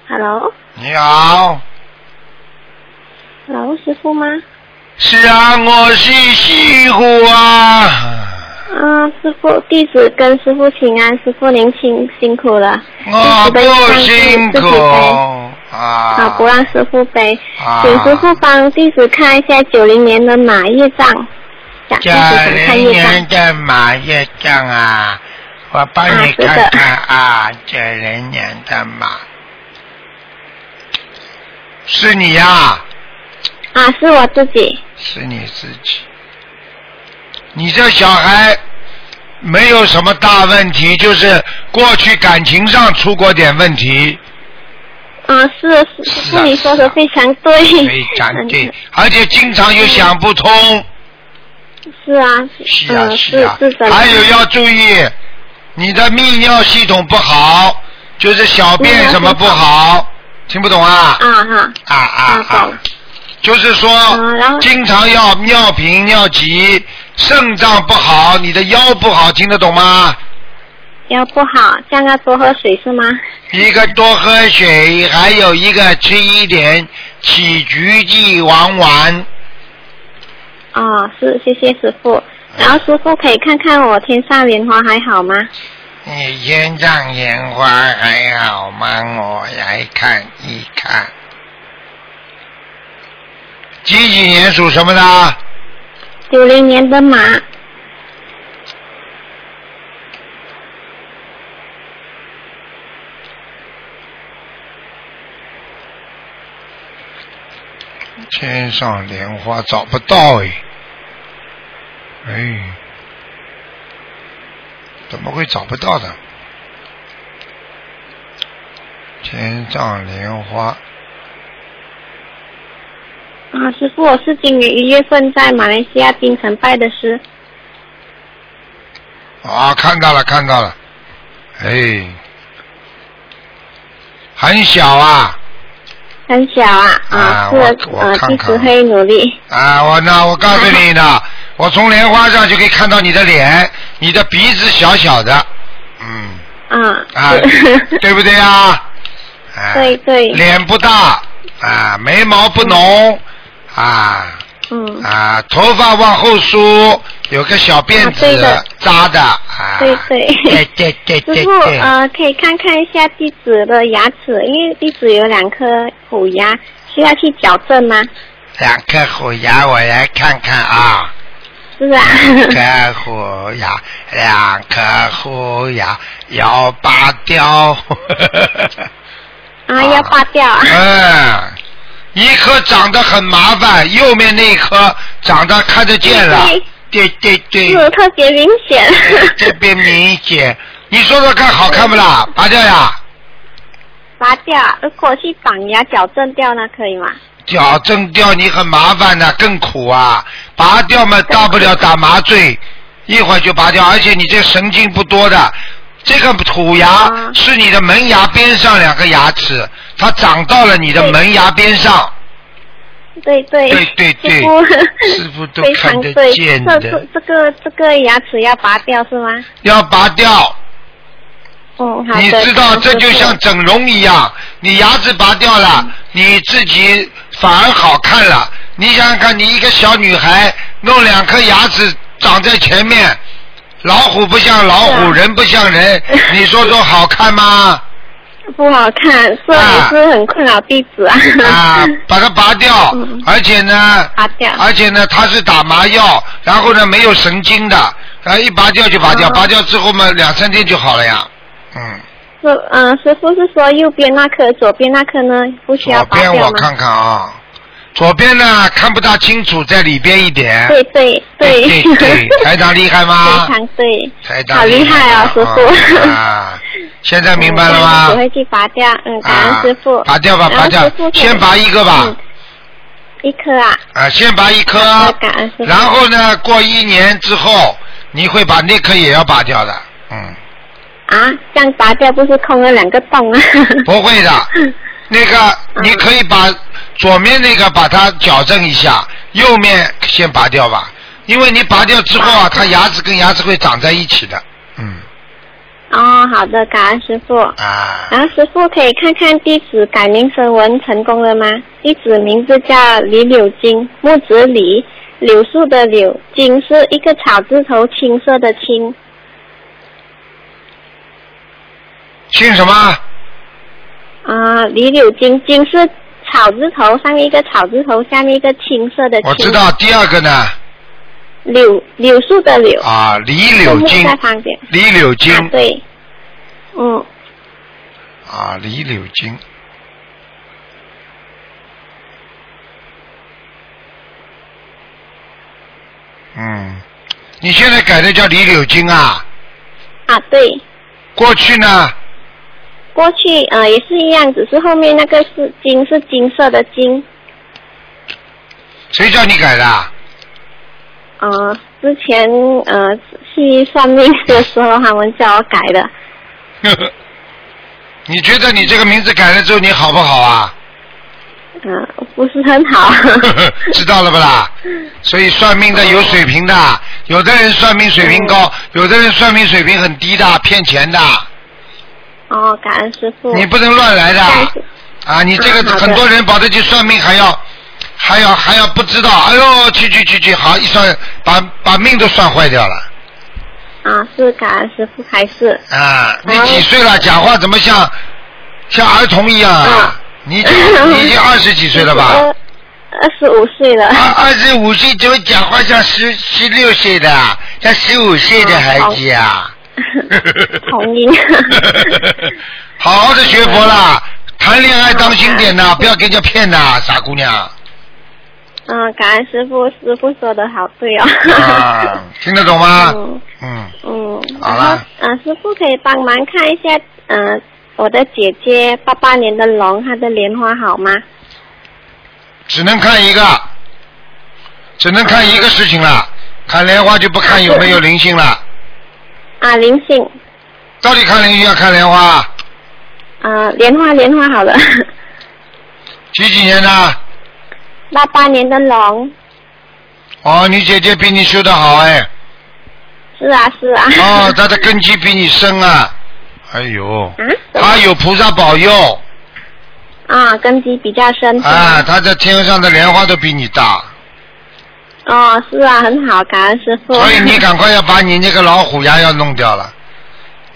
[SPEAKER 9] Hello，
[SPEAKER 1] 你好，
[SPEAKER 9] 老师傅吗？
[SPEAKER 1] 是啊，我是西湖啊。
[SPEAKER 9] 嗯，师傅，弟子跟师傅请安，师傅您辛辛苦了，
[SPEAKER 1] 我不辛苦啊！
[SPEAKER 9] 好不让师傅背，
[SPEAKER 1] 啊
[SPEAKER 9] 请师傅帮弟子看一下九零年的马业障，想弟
[SPEAKER 1] 九
[SPEAKER 9] 子想看
[SPEAKER 1] 零
[SPEAKER 9] 业障
[SPEAKER 1] 年，的马月亮啊，我帮你看看啊，九零年的马，是你呀、
[SPEAKER 9] 啊，是我自己，
[SPEAKER 1] 是你自己。你这小孩没有什么大问题，就是过去感情上出过点问题，
[SPEAKER 9] 啊，是师
[SPEAKER 1] 是啊哎
[SPEAKER 9] 傅你说的非常对，
[SPEAKER 1] 非常对，而且经常又想不通。
[SPEAKER 9] 嗯，是啊，
[SPEAKER 1] 是啊是
[SPEAKER 9] 嗯是
[SPEAKER 1] 啊
[SPEAKER 9] 是真，的，
[SPEAKER 1] 还有要注意，你的泌尿系统不好，就是小便什么不好，听不懂啊？
[SPEAKER 9] 啊哈，
[SPEAKER 1] 啊啊
[SPEAKER 9] 啊
[SPEAKER 1] 啊
[SPEAKER 9] 懂！
[SPEAKER 1] 就是
[SPEAKER 9] 嗯然
[SPEAKER 1] 说
[SPEAKER 9] 后，
[SPEAKER 1] 经常要尿频尿急，肾脏不好，你的腰不好，听得懂吗？
[SPEAKER 9] 要不好，这样要多喝水是吗？
[SPEAKER 1] 一个多喝水，还有一个吃一点杞菊地黄丸。
[SPEAKER 9] 哦，是，谢谢师傅。
[SPEAKER 1] 哎
[SPEAKER 9] 然后师傅可以看看我天上莲花还好吗？
[SPEAKER 1] 你先让莲花还好吗？我来看一看。几几年属什么的？
[SPEAKER 9] 九零年的马，
[SPEAKER 1] 天上莲花找不到哎。哎，怎么会找不到的？天上莲花，
[SPEAKER 9] 啊，师傅，我是今年一月份在马来西亚槟城拜的师。
[SPEAKER 1] 啊，看到了，看到了，哎，很小啊，
[SPEAKER 9] 很小啊，
[SPEAKER 1] 啊
[SPEAKER 9] 是
[SPEAKER 1] 我我
[SPEAKER 9] 呃，
[SPEAKER 1] 看
[SPEAKER 9] 一
[SPEAKER 1] 看
[SPEAKER 9] 直会努力。
[SPEAKER 1] 啊，我呢，我告诉你呢，我从莲花上就可以看到你的脸，你的鼻子小小的，嗯，
[SPEAKER 9] 啊，
[SPEAKER 1] 啊， 对不对啊？啊，
[SPEAKER 9] 对对，
[SPEAKER 1] 脸不大，啊，眉毛不浓，啊
[SPEAKER 9] 嗯，
[SPEAKER 1] 啊，头发往后梳，有个小辫
[SPEAKER 9] 啊对的
[SPEAKER 1] 子扎的，啊，
[SPEAKER 9] 对对
[SPEAKER 1] 对对对对
[SPEAKER 9] 师傅，
[SPEAKER 1] 对，
[SPEAKER 9] 呃，可以看看一下弟子的牙齿，因为弟子有两颗虎牙，需要去矫正吗？
[SPEAKER 1] 两颗虎牙，我来看看啊。
[SPEAKER 9] 是啊，
[SPEAKER 1] 两颗虎牙，两颗虎牙要拔掉。
[SPEAKER 9] 啊，要拔掉啊，
[SPEAKER 1] 嗯，一颗长得很麻烦，右面那一颗长得看得见了。对对对，
[SPEAKER 9] 是特别明显。
[SPEAKER 1] 特别明显。你说说看好看不啦？拔掉呀，
[SPEAKER 9] 拔掉，如果去绑牙矫正掉，那可以吗？
[SPEAKER 1] 矫正掉你很麻烦的、更苦啊。拔掉嘛，大不了打麻醉，一会儿就拔掉。而且你这神经不多的，这个土牙
[SPEAKER 9] 啊
[SPEAKER 1] 是你的门牙边上两个牙齿，它长到了你的门牙边上。
[SPEAKER 9] 对对
[SPEAKER 1] 对对对
[SPEAKER 9] 师傅，
[SPEAKER 1] 师傅都
[SPEAKER 9] 非
[SPEAKER 1] 看
[SPEAKER 9] 常
[SPEAKER 1] 得
[SPEAKER 9] 对，
[SPEAKER 1] 见
[SPEAKER 9] 这
[SPEAKER 1] 的
[SPEAKER 9] 这这个这个牙齿要拔掉是吗？
[SPEAKER 1] 要拔掉，
[SPEAKER 9] 嗯，好的。
[SPEAKER 1] 你知道
[SPEAKER 9] 感恩
[SPEAKER 1] 这就
[SPEAKER 9] 师父
[SPEAKER 1] 像整容一样，你牙齿拔掉了，你自己反而好看了。你想想看，你一个小女孩弄两颗牙齿长在前面，老虎不像老
[SPEAKER 9] 是
[SPEAKER 1] 虎，
[SPEAKER 9] 啊
[SPEAKER 1] 人不像 人，你说说好看吗？
[SPEAKER 9] 不好看，所
[SPEAKER 1] 啊
[SPEAKER 9] 以是很困扰弟子啊。
[SPEAKER 1] 啊，把它拔掉
[SPEAKER 9] 嗯，
[SPEAKER 1] 而且呢，
[SPEAKER 9] 拔掉。
[SPEAKER 1] 而且呢，它是打麻药，然后呢没有神经的，然后一拔掉就拔掉，
[SPEAKER 9] 哦
[SPEAKER 1] 拔掉之后嘛两三天就好了呀，嗯。
[SPEAKER 9] 是，嗯，师傅是说右边那颗，左边那颗呢，不需要
[SPEAKER 1] 左
[SPEAKER 9] 拔
[SPEAKER 1] 边
[SPEAKER 9] 掉
[SPEAKER 1] 我
[SPEAKER 9] 吗？
[SPEAKER 1] 看看啊，左边呢看不大清楚，在里边一点。哎
[SPEAKER 9] 对对
[SPEAKER 1] 对对， 台长啊厉害吗
[SPEAKER 9] 非？常对。
[SPEAKER 1] 台长
[SPEAKER 9] 好厉害啊
[SPEAKER 1] 厉害
[SPEAKER 9] 师傅
[SPEAKER 1] 啊，现在明白了
[SPEAKER 9] 我
[SPEAKER 1] 吗？
[SPEAKER 9] 会去拔掉，嗯，感恩
[SPEAKER 1] 啊
[SPEAKER 9] 师傅。，
[SPEAKER 1] 拔掉吧，
[SPEAKER 9] 然后
[SPEAKER 1] 拔掉
[SPEAKER 9] 师傅，可以
[SPEAKER 1] 先拔一个吧
[SPEAKER 9] 嗯，一颗啊，
[SPEAKER 1] 啊，先拔一颗，
[SPEAKER 9] 好感恩师傅
[SPEAKER 1] 然后呢，过一年之后，你会把那颗也要拔掉的，嗯，
[SPEAKER 9] 啊，这样拔掉不是空了两个洞啊？
[SPEAKER 1] 不会的， 那个
[SPEAKER 9] 嗯
[SPEAKER 1] 你可以把左面那个把它矫正一下，右面先拔掉吧，因为你拔掉之后啊，它牙齿跟牙齿会长在一起的。嗯
[SPEAKER 9] 哦，好的，感恩师傅。
[SPEAKER 1] 啊，
[SPEAKER 9] 然后师傅可以看看弟子改名声纹成功了吗？弟子名字叫李柳金，木子李，柳树的柳，金是一个草字头，青色的青，
[SPEAKER 1] 姓什么？
[SPEAKER 9] 啊、李柳金，金是草字头，上面一个草字头，下面一个青色的青。
[SPEAKER 1] 我知。道第二个呢，
[SPEAKER 9] 柳柳树的柳，
[SPEAKER 1] 啊，李
[SPEAKER 9] 树
[SPEAKER 1] 柳
[SPEAKER 9] 木
[SPEAKER 1] 金，
[SPEAKER 9] 在旁边。
[SPEAKER 1] 李柳金
[SPEAKER 9] 啊，对。嗯，
[SPEAKER 1] 啊，李柳金。嗯，你现在改的叫李柳金啊？
[SPEAKER 9] 啊对。
[SPEAKER 1] 过去呢？
[SPEAKER 9] 过去呃也是一样，只是后面那个是金是金色的金，
[SPEAKER 1] 谁叫你改的啊？
[SPEAKER 9] 呃，之前呃去算命的时候，他们叫我改的，
[SPEAKER 1] 呵呵， 你觉得你这个名字改了之后你好不好啊？
[SPEAKER 9] 嗯、不是很好。
[SPEAKER 1] 呵呵知道了不啦？所以算命的有水平的，有的人算命水平高，
[SPEAKER 9] 嗯
[SPEAKER 1] 有的人算命水平很低的，骗钱的，
[SPEAKER 9] 哦，感恩师傅。
[SPEAKER 1] 你不能乱来 的
[SPEAKER 9] 但是
[SPEAKER 1] 啊！你这个
[SPEAKER 9] 嗯好的
[SPEAKER 1] 很多人跑着去算命还要。还要还要不知道，哎呦，去去去去，好一算，把把命都算坏掉了
[SPEAKER 9] 啊，是感恩师傅还是？
[SPEAKER 1] 啊！你
[SPEAKER 9] 嗯
[SPEAKER 1] 几岁了？讲话怎么像像儿童一样啊？
[SPEAKER 9] 嗯
[SPEAKER 1] 你已经你已经二十几岁了 吧？啊
[SPEAKER 9] 二二十五岁了。
[SPEAKER 1] 二二十五岁怎么讲话像十十六岁的啊，像十五岁的孩子呀、
[SPEAKER 9] 同音
[SPEAKER 1] 好好的学佛啦，谈恋爱当心点呐、不要给人家骗呐、傻姑娘。
[SPEAKER 9] 嗯，感恩师傅，师傅说的好对哦。
[SPEAKER 1] 啊，听得懂吗？
[SPEAKER 9] 嗯
[SPEAKER 1] 嗯，
[SPEAKER 9] 嗯，
[SPEAKER 1] 好
[SPEAKER 9] 然后
[SPEAKER 1] 了，
[SPEAKER 9] 嗯、师傅可以帮忙看一下，嗯、我的姐姐八八年的龙，她的莲花好吗？
[SPEAKER 1] 只能看一个，只能看一个事情了，看莲花就不看有没有灵性了。
[SPEAKER 9] 啊，灵性，
[SPEAKER 1] 到底看灵性要看莲花？
[SPEAKER 9] 呃，莲花莲花好了，
[SPEAKER 1] 几几年的？
[SPEAKER 9] 八八年的龙，
[SPEAKER 1] 哦，你姐姐比你修的好哎。
[SPEAKER 9] 是啊是 啊。
[SPEAKER 1] 哦，她的根基比你深啊。哎呦，
[SPEAKER 9] 嗯，
[SPEAKER 1] 她有菩萨保佑
[SPEAKER 9] 啊，根基比较深。
[SPEAKER 1] 啊，她在天上的莲花都比你大，
[SPEAKER 9] 哦，是啊，很好，感恩师傅。
[SPEAKER 1] 所以 你赶快要把你那个老虎牙要弄掉了。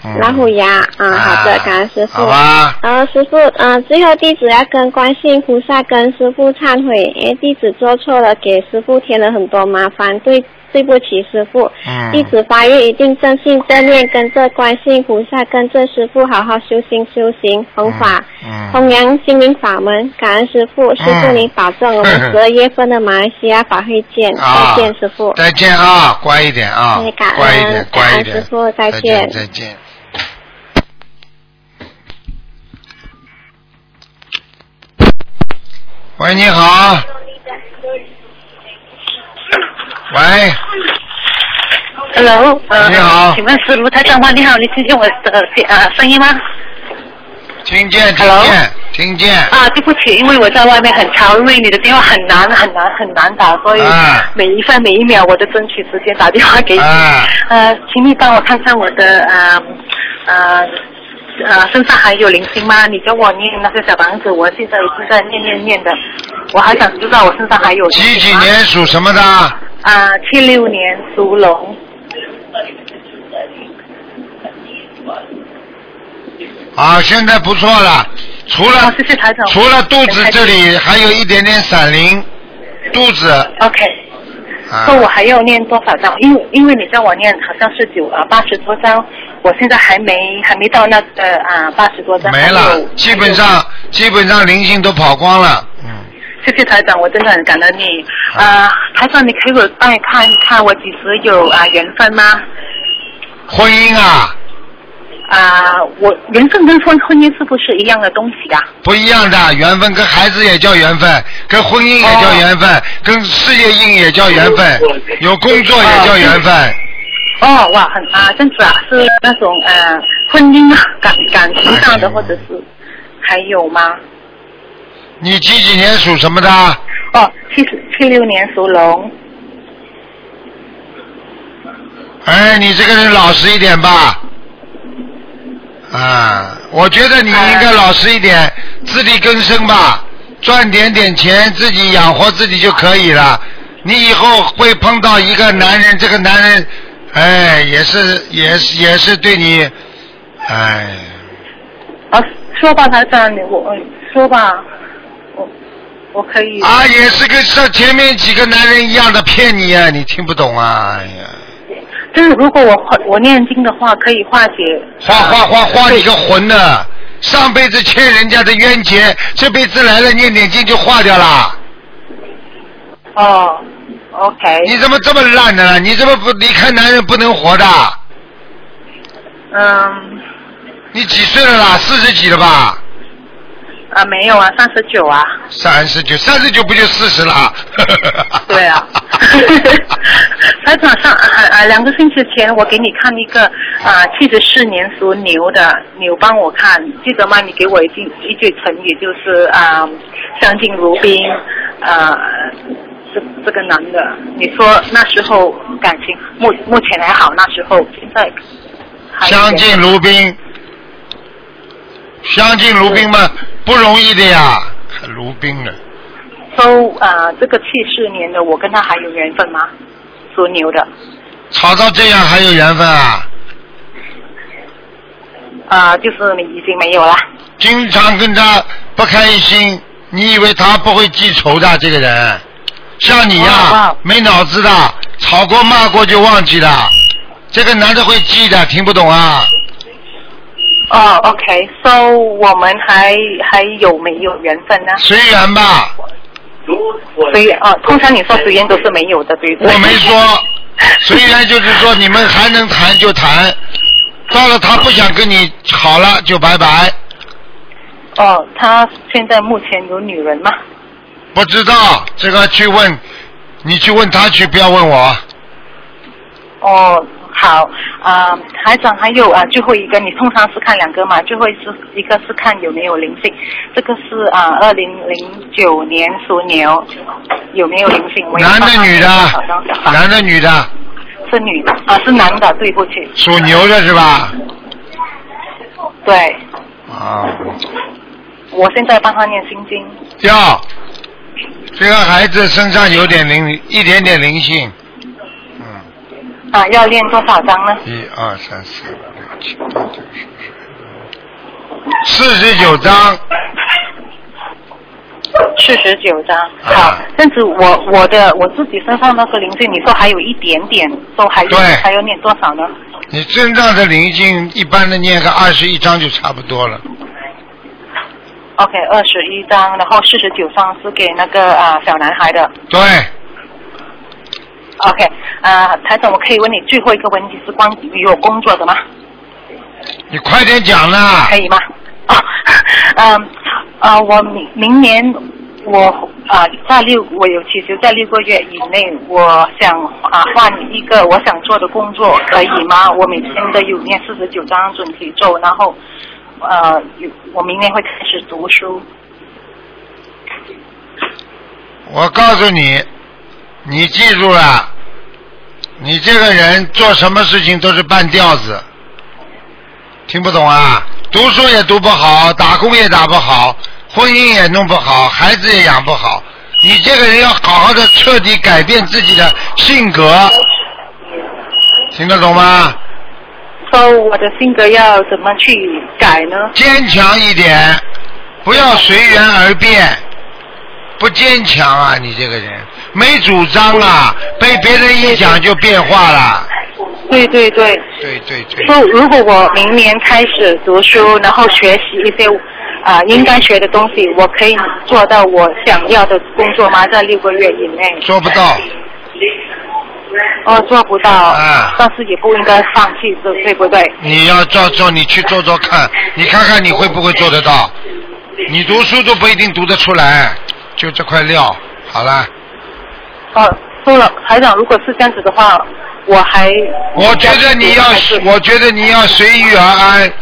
[SPEAKER 1] 嗯、
[SPEAKER 9] 老虎牙，嗯，好的，
[SPEAKER 1] 啊
[SPEAKER 9] 感恩师傅。
[SPEAKER 1] 好吧，
[SPEAKER 9] 然后师傅，嗯、最后弟子要跟观世音菩萨跟师傅忏悔，因为弟子做错了，给师傅添了很多麻烦，对对不起师傅。
[SPEAKER 1] 嗯
[SPEAKER 9] 弟子发愿一定正信正念，跟着观世音菩萨，跟着师傅好好修心修行，弘法，
[SPEAKER 1] 嗯嗯
[SPEAKER 9] 弘扬心灵法门。感恩师傅，师傅
[SPEAKER 1] 嗯
[SPEAKER 9] 您保重，我们十二月份的马来西亚法会见，
[SPEAKER 1] 啊
[SPEAKER 9] 再见师傅。
[SPEAKER 1] 再见啊，乖一点啊
[SPEAKER 9] 哎感，恩
[SPEAKER 1] 乖一点，
[SPEAKER 9] 感
[SPEAKER 1] 乖
[SPEAKER 9] 恩
[SPEAKER 1] 一点。
[SPEAKER 9] 师父再
[SPEAKER 1] 再
[SPEAKER 9] 见
[SPEAKER 1] 再见。喂，你好。喂，
[SPEAKER 5] Hello，呃，
[SPEAKER 1] 你好
[SPEAKER 5] 请问是卢台长吗？哎你好，你听见我的呃声音吗？
[SPEAKER 1] 听见听
[SPEAKER 5] Hello？
[SPEAKER 1] 见听见。
[SPEAKER 5] 啊，对不起，因为我在外面很吵，因为你的电话很难很难很难打，所以
[SPEAKER 1] 啊
[SPEAKER 5] 每一分每一秒我都争取时间打电话给你。
[SPEAKER 1] 啊，
[SPEAKER 5] 呃，请你帮我看看我的呃呃呃身上还有灵性吗？你叫我念那个小房子，我现在已经在念念念的，我还想知道我身上还有灵性
[SPEAKER 1] 几
[SPEAKER 5] 吗
[SPEAKER 1] 几？年属什么的？
[SPEAKER 5] 啊、七六年属龙。
[SPEAKER 1] 啊，现在不错了，除
[SPEAKER 5] 好、
[SPEAKER 1] 了
[SPEAKER 5] 哦谢谢台长。
[SPEAKER 1] 除了肚子这里还有一点点闪灵，肚子
[SPEAKER 5] OK。
[SPEAKER 1] 啊
[SPEAKER 5] 说我还要念多少章？因为因为你叫我念好像是九啊八十多章，我现在还没还没到那个啊八十多章。
[SPEAKER 1] 没
[SPEAKER 5] 还
[SPEAKER 1] 了
[SPEAKER 5] 有，
[SPEAKER 1] 基本。上基本上灵性都跑光了，嗯。
[SPEAKER 5] 谢谢台长，我真的很感恩你。啊，台长，你可以帮我看一看我几时有啊缘分吗？
[SPEAKER 1] 婚姻啊，
[SPEAKER 5] 啊，我缘分跟婚婚姻是不是一样的东西啊？
[SPEAKER 1] 不一样的缘分，跟孩子也叫缘分，跟婚姻也
[SPEAKER 5] 哦
[SPEAKER 1] 叫缘分，跟事业运也叫缘分，有工作也叫缘分。
[SPEAKER 5] 哦，哇，很啊，这样子啊，是那种呃婚姻啊感感情上
[SPEAKER 1] 哎
[SPEAKER 5] 的，或者是还有吗？
[SPEAKER 1] 你几几年属什么的？
[SPEAKER 5] 哦，七十七六年属龙。
[SPEAKER 1] 哎，你这个人老实一点吧。啊，我觉得你应该老实一点，自力更生吧，赚点点钱，自己养活自己就可以了。你以后会碰到一个男人，这个男人，哎，也是，也是，也是对你，哎，
[SPEAKER 5] 啊，说吧，台长，你我嗯说吧，我我可以。
[SPEAKER 1] 啊，也是跟上前面几个男人一样的骗你啊，你听不懂啊，哎呀，
[SPEAKER 5] 就是如果我化我念经的话，可以化解。
[SPEAKER 1] 花花花花你个混的，上辈子欠人家的冤结，这辈子来了念点经就化掉了。
[SPEAKER 5] 哦，OK，
[SPEAKER 1] 你怎么这么烂的呢？你怎么不离开男人不能活的？
[SPEAKER 5] 嗯
[SPEAKER 1] 你几岁了啦？四十几了吧？
[SPEAKER 5] 啊没有啊，三十九啊，
[SPEAKER 1] 三十九，三十九不就四十了？。
[SPEAKER 5] 对啊 台长上啊啊两个星期前我给你看一个啊七十四年属牛的牛，帮我看记得吗？你给我一句一句成语，就是啊相敬如宾啊。这这个男的，你说那时候感情目目前还好，那时候现在还有
[SPEAKER 1] 相
[SPEAKER 5] 点
[SPEAKER 1] 敬如宾，相敬如宾嘛，不容易的呀，还如宾呢。啊
[SPEAKER 5] 都啊、这个七四年的，我跟他还有缘分吗？属牛的，
[SPEAKER 1] 吵到这样还有缘分啊？
[SPEAKER 5] 啊、就是你已经没有了。
[SPEAKER 1] 经常跟他不开心，你以为他不会记仇的啊这个人，像你呀、
[SPEAKER 5] 哇哇
[SPEAKER 1] 没脑子的，吵过骂过就忘记了。这个男的会记的，听不懂啊？
[SPEAKER 5] 哦，OK，so、我们还还有没有缘分呢？
[SPEAKER 1] 随缘吧，
[SPEAKER 5] 随缘啊，通常你说随缘都是没有的，对不对？
[SPEAKER 1] 我没说，虽然就是说你们还能谈就谈，到了他不想跟你好了就拜拜，
[SPEAKER 5] 哦，他现在目前有女人吗？
[SPEAKER 1] 不知道这个去问，你去问他去，不要问我。
[SPEAKER 5] 哦，好啊、台长还有啊、最后一个你通常是看两个嘛，最后是一个是看有没有灵性，这个是啊，二零零九年属牛有没有灵性？我要
[SPEAKER 1] 男的
[SPEAKER 5] 帮他
[SPEAKER 1] 女的
[SPEAKER 5] 找张小房
[SPEAKER 1] 男的女的，
[SPEAKER 5] 是女的啊，是男的，对不起，
[SPEAKER 1] 属牛的是吧？
[SPEAKER 5] 对，
[SPEAKER 1] 啊，
[SPEAKER 5] 我现在帮他念心经，
[SPEAKER 1] 要这个孩子身上有点灵，一点点灵性。
[SPEAKER 5] 啊，要念多少张呢？
[SPEAKER 1] 一二三四五六七八九十四十九章
[SPEAKER 5] 四十九张。
[SPEAKER 1] 啊，
[SPEAKER 5] 但是我我的我自己身上那个灵性，你说还有一点点，说还
[SPEAKER 1] 对
[SPEAKER 5] 有还要念多少呢？
[SPEAKER 1] 你真正的灵性一般的念个二十一章就差不多了。
[SPEAKER 5] OK，二十一张，然后四十九张是给那个啊、小男孩的。
[SPEAKER 1] 对，
[SPEAKER 5] OK，啊、台长，我可以问你最后一个问题是关于我工作的吗？
[SPEAKER 1] 你快点讲啦
[SPEAKER 5] 可！以吗？ 啊，嗯，啊，我明明年我啊在六，我有其实在六个月以内，我想啊换一个我想做的工作，可以吗？我每天都有念四十九章准提咒，然后呃，有我明年会开始读书。
[SPEAKER 1] 我告诉你，你记住了，你这个人做什么事情都是半吊子，听不懂啊？读书也读不好，打工也打不好，婚姻也弄不好，孩子也养不好。你这个人要好好的彻底改变自己的性格，听得懂吗？
[SPEAKER 5] 说我的性格要怎么去改呢？
[SPEAKER 1] 坚强一点，不要随缘而变。不坚强啊，你这个人没主张啊，被别人一讲就变化了。
[SPEAKER 5] 对对对，
[SPEAKER 1] 对对对，
[SPEAKER 5] 说如果我明年开始读书，然后学习一些啊、应该学的东西，我可以做到我想要的工作吗？在六个月以内？
[SPEAKER 1] 做不到。
[SPEAKER 5] 哦，做不到，
[SPEAKER 1] 啊
[SPEAKER 5] 但是也不应该放弃，对对不对？
[SPEAKER 1] 你要照做，你去做做看，你看看你会不会做得到？你读书都不一定读得出来，就这块料。好了，
[SPEAKER 5] 哦，说了，台长，如果是这样子的话，我还
[SPEAKER 1] 我觉得你要
[SPEAKER 5] 还是，
[SPEAKER 1] 我觉得你要随遇而安，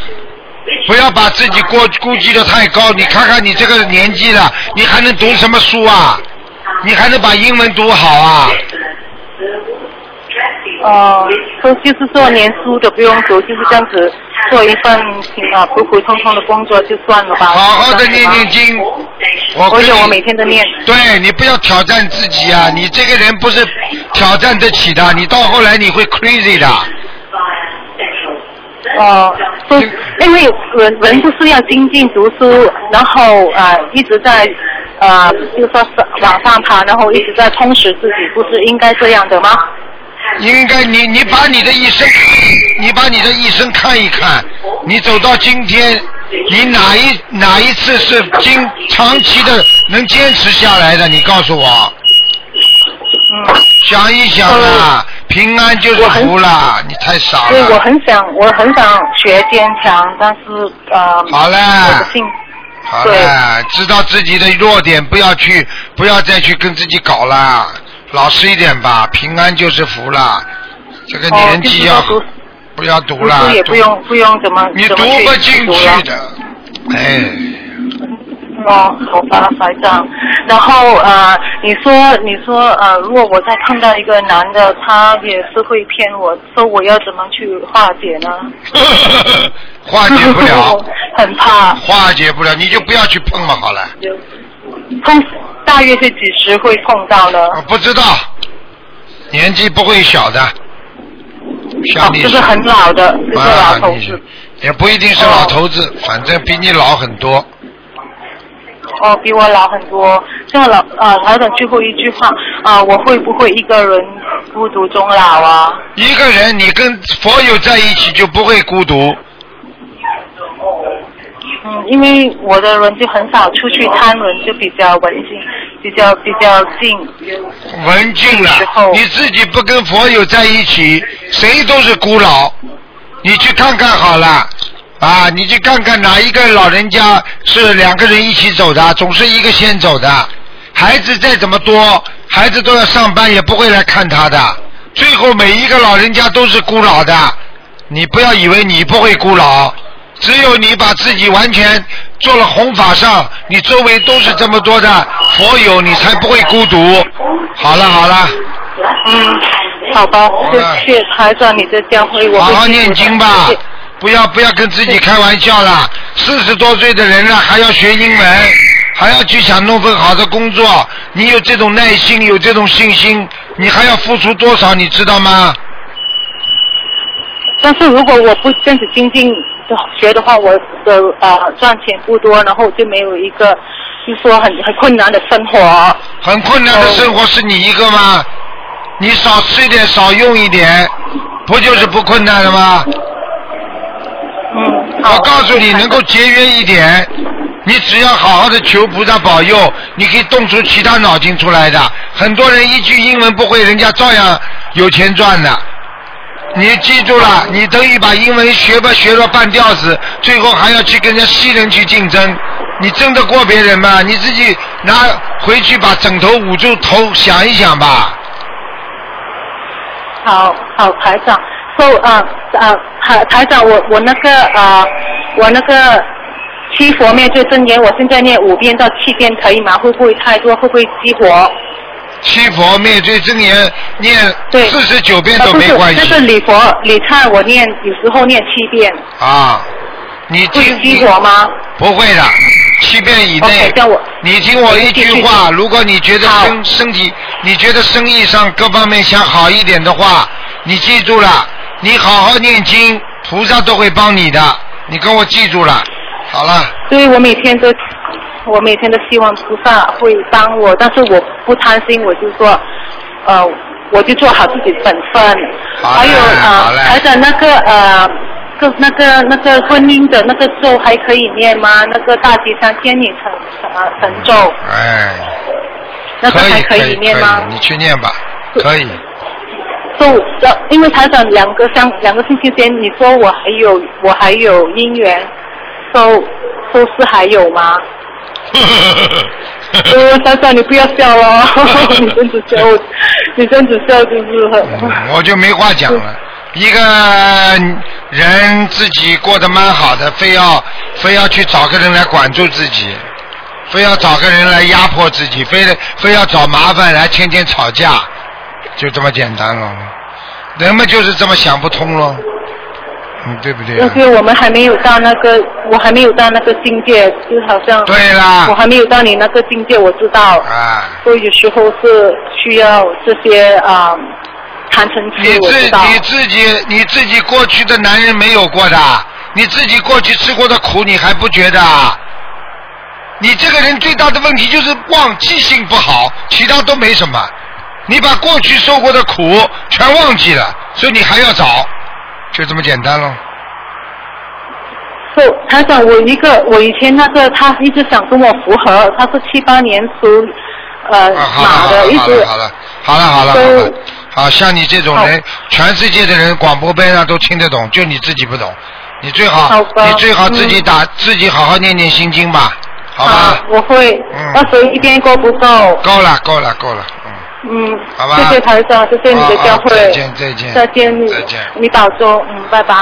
[SPEAKER 1] 不要把自己
[SPEAKER 5] 啊
[SPEAKER 1] 过估计的太高。你看看你这个年纪了，你还能读什么书啊？你还能把英文读好啊？
[SPEAKER 5] 哦，说就是说年书的不用读，就是这样子做一份啊普普通通的工作就算了吧。
[SPEAKER 1] 好好的
[SPEAKER 5] 这样子
[SPEAKER 1] 念
[SPEAKER 5] 吗
[SPEAKER 1] 念经。我
[SPEAKER 5] 我
[SPEAKER 1] 跟
[SPEAKER 5] 有，
[SPEAKER 1] 你
[SPEAKER 5] 我每天都念。
[SPEAKER 1] 对你不要挑战自己啊！你这个人不是挑战得起的，你到后来你会 crazy 的。
[SPEAKER 5] 哦，都因为人人不是要精进读书，然后啊、呃、一直在啊、呃、就说是往上爬，然后一直在充实自己，不是应该这样的吗？
[SPEAKER 1] 应该你你把你的一生，你把你的一生看一看，你走到今天，你哪一哪一次是经长期的能坚持下来的？你告诉我，
[SPEAKER 5] 嗯，
[SPEAKER 1] 想一想啊，平安就是福啦，你太傻
[SPEAKER 5] 所以我
[SPEAKER 1] 了。
[SPEAKER 5] 很想，我很想学坚强，但是呃，
[SPEAKER 1] 好嘞
[SPEAKER 5] 我的性
[SPEAKER 1] 好了，知道自己的弱点，不要去，不要再去跟自己搞啦，老实一点吧，平安就是福啦。这个
[SPEAKER 5] 哦，
[SPEAKER 1] 年
[SPEAKER 5] 就
[SPEAKER 1] 纪
[SPEAKER 5] 是
[SPEAKER 1] 要、
[SPEAKER 5] 说读
[SPEAKER 1] 不要读
[SPEAKER 5] 读
[SPEAKER 1] 啦，
[SPEAKER 5] 书也不用不用怎么
[SPEAKER 1] 你
[SPEAKER 5] 怎
[SPEAKER 1] 读
[SPEAKER 5] 么
[SPEAKER 1] 不
[SPEAKER 5] 去
[SPEAKER 1] 进
[SPEAKER 5] 读了
[SPEAKER 1] 去的，哎。
[SPEAKER 5] 哦，好吧，台长。然后呃，你说你说呃，如果我再碰到一个男的，他也是会骗我，说我要怎么去化解呢？
[SPEAKER 1] 哎 化解不 了，
[SPEAKER 5] 很怕。
[SPEAKER 1] 化解不了，你就不要去碰嘛，好 了。
[SPEAKER 5] 通大约是几时会碰到呢？
[SPEAKER 1] 我不知道，年纪不会小的，
[SPEAKER 5] 哦
[SPEAKER 1] 像，你、
[SPEAKER 5] 就是很老的，就是老
[SPEAKER 1] 啊，
[SPEAKER 5] 头
[SPEAKER 1] 你
[SPEAKER 5] 子。
[SPEAKER 1] 也不一定是老头子，反正比你老很多。
[SPEAKER 5] 哦，比我老很多。这样老啊，台长最后一句话啊、我会不会一个人孤独终老啊？
[SPEAKER 1] 一个人你跟佛友在一起就不会孤独，
[SPEAKER 5] 嗯，因为我的人就很少出去摊人，就比较文静，比较比较近。
[SPEAKER 1] 文静了
[SPEAKER 5] 时候，
[SPEAKER 1] 你自己不跟佛友在一起，谁都是孤老。你去看看好了，啊，你去看看哪一个老人家是两个人一起走的，总是一个先走的。孩子再怎么多，孩子都要上班，也不会来看他的。最后每一个老人家都是孤老的，你不要以为你不会孤老，只有你把自己完全做了弘法上，你周围都是这么多的佛友，你才不会孤独。好了好了，
[SPEAKER 5] 嗯，好吧，谢谢台长你的教诲，我
[SPEAKER 1] 好好
[SPEAKER 5] 会记住
[SPEAKER 1] 念
[SPEAKER 5] 的
[SPEAKER 1] 经吧
[SPEAKER 5] 谢谢，
[SPEAKER 1] 不要不要跟自己开玩笑了。四十多岁的人了，还要学英文，还要去想弄份好的工作，你有这种耐心，有这种信心，你还要付出多少，你知道吗？
[SPEAKER 5] 但是如果我不这样子精进的学的话，我的呃赚钱不多，然后就没有一个就说很很困难的生活。
[SPEAKER 1] 很困难的生活是你一个吗？你少吃一点，少用一点，不就是不困难了吗？
[SPEAKER 5] 嗯，好
[SPEAKER 1] 我告诉你，能够节约一点，你只要好好的求菩萨保佑，你可以动出其他脑筋出来的。很多人一句英文不会，人家照样有钱赚的。你记住了，你等于把英文学吧学到半吊子，最后还要去跟人家西人去竞争，你争得过别人吗？你自己拿回去把枕头捂住头想一想吧。
[SPEAKER 5] 好好台长，说啊啊台台长，我我那个啊、我那个七佛灭罪真言，我现在念五遍到七遍可以吗？会不会太多？会不会激活？
[SPEAKER 1] 七佛灭罪真言念
[SPEAKER 5] 对
[SPEAKER 1] 四十九遍
[SPEAKER 5] 啊
[SPEAKER 1] 都
[SPEAKER 5] 不
[SPEAKER 1] 没
[SPEAKER 5] 是
[SPEAKER 1] 关系。
[SPEAKER 5] 就是礼佛礼忏，我念有时候念七遍，
[SPEAKER 1] 啊，你
[SPEAKER 5] 会
[SPEAKER 1] 听
[SPEAKER 5] 激活吗？
[SPEAKER 1] 不会的，七遍以内
[SPEAKER 5] OK，。那我
[SPEAKER 1] 你听我一句话，如果你觉得
[SPEAKER 5] 好
[SPEAKER 1] 身身体，你觉得生意上各方面想好一点的话，你记住了，你好好念经，菩萨都会帮你的。你跟我记住了，好了，
[SPEAKER 5] 所以我每天都，我每天都希望菩萨会帮我，但是我不贪心，我就说，呃，我就做好自己本分。
[SPEAKER 1] 好嘞
[SPEAKER 5] 还有
[SPEAKER 1] 好
[SPEAKER 5] 呃，
[SPEAKER 1] 嘞
[SPEAKER 5] 还有那个呃，个那个那个婚姻的那个咒还可以念吗？那个大吉祥天女成什么神咒，
[SPEAKER 1] 哎，
[SPEAKER 5] 那个
[SPEAKER 1] 可
[SPEAKER 5] 还
[SPEAKER 1] 以可
[SPEAKER 5] 以念
[SPEAKER 1] 可
[SPEAKER 5] 吗
[SPEAKER 1] 以？你去念吧，可以。
[SPEAKER 5] 就呃，因为台长两个相两个星期前你说我还有
[SPEAKER 1] 啊
[SPEAKER 5] 我还有姻缘，收收视还有吗？呃，珊珊，你不要笑了， 你这样子笑，你这样子笑就是
[SPEAKER 1] 嗯
[SPEAKER 5] 很。
[SPEAKER 1] 我就没话讲了。一个人自己过得蛮好的，非要非要去找个人来管住自己，非要找个人来压迫自己，非得非要找麻烦来天天吵架，就这么简单了。人们就是这么想不通咯，嗯，对不对、
[SPEAKER 5] 我
[SPEAKER 1] 啊
[SPEAKER 5] 觉？得我们还没有到那个，我还没有到那个境界，就好像
[SPEAKER 1] 对
[SPEAKER 5] 我
[SPEAKER 1] 啦，
[SPEAKER 5] 还没有到你那个境界，我知道，
[SPEAKER 1] 啊，
[SPEAKER 5] 所以有时候是需要这些啊，谈成
[SPEAKER 1] 你
[SPEAKER 5] 期，我
[SPEAKER 1] 自
[SPEAKER 5] 知道。
[SPEAKER 1] 你自己你自己过去的男人没有过的，你自己过去吃过的苦你还不觉得？啊？你这个人最大的问题就是忘记性不好，其他都没什么。你把过去受过的苦全忘记了，所以你还要找，就这么简单喽。
[SPEAKER 5] 是，他讲我一个，我以前那个他一直想跟我复合，他是七八年属呃
[SPEAKER 1] 啊，好了
[SPEAKER 5] 马
[SPEAKER 1] 好了
[SPEAKER 5] 的，一
[SPEAKER 1] 好
[SPEAKER 5] 直
[SPEAKER 1] 了好了好了好了好了
[SPEAKER 5] 都，
[SPEAKER 1] 好像你这种人，全世界的人广播边上都听得懂，就你自己不懂。你最好，
[SPEAKER 5] 好吧
[SPEAKER 1] 你最好自己
[SPEAKER 5] 嗯
[SPEAKER 1] 打、自己好好念念心经吧，好吧？
[SPEAKER 5] 啊我会
[SPEAKER 1] 嗯，
[SPEAKER 5] 二十一遍够不够？
[SPEAKER 1] 够了，够了，够了，嗯，
[SPEAKER 5] 嗯，
[SPEAKER 1] 好吧
[SPEAKER 5] 谢谢台长，谢谢你的教
[SPEAKER 1] 好好
[SPEAKER 5] 诲。
[SPEAKER 1] 再见再见
[SPEAKER 5] 再见，
[SPEAKER 1] 再见
[SPEAKER 5] 你保重，嗯，拜拜。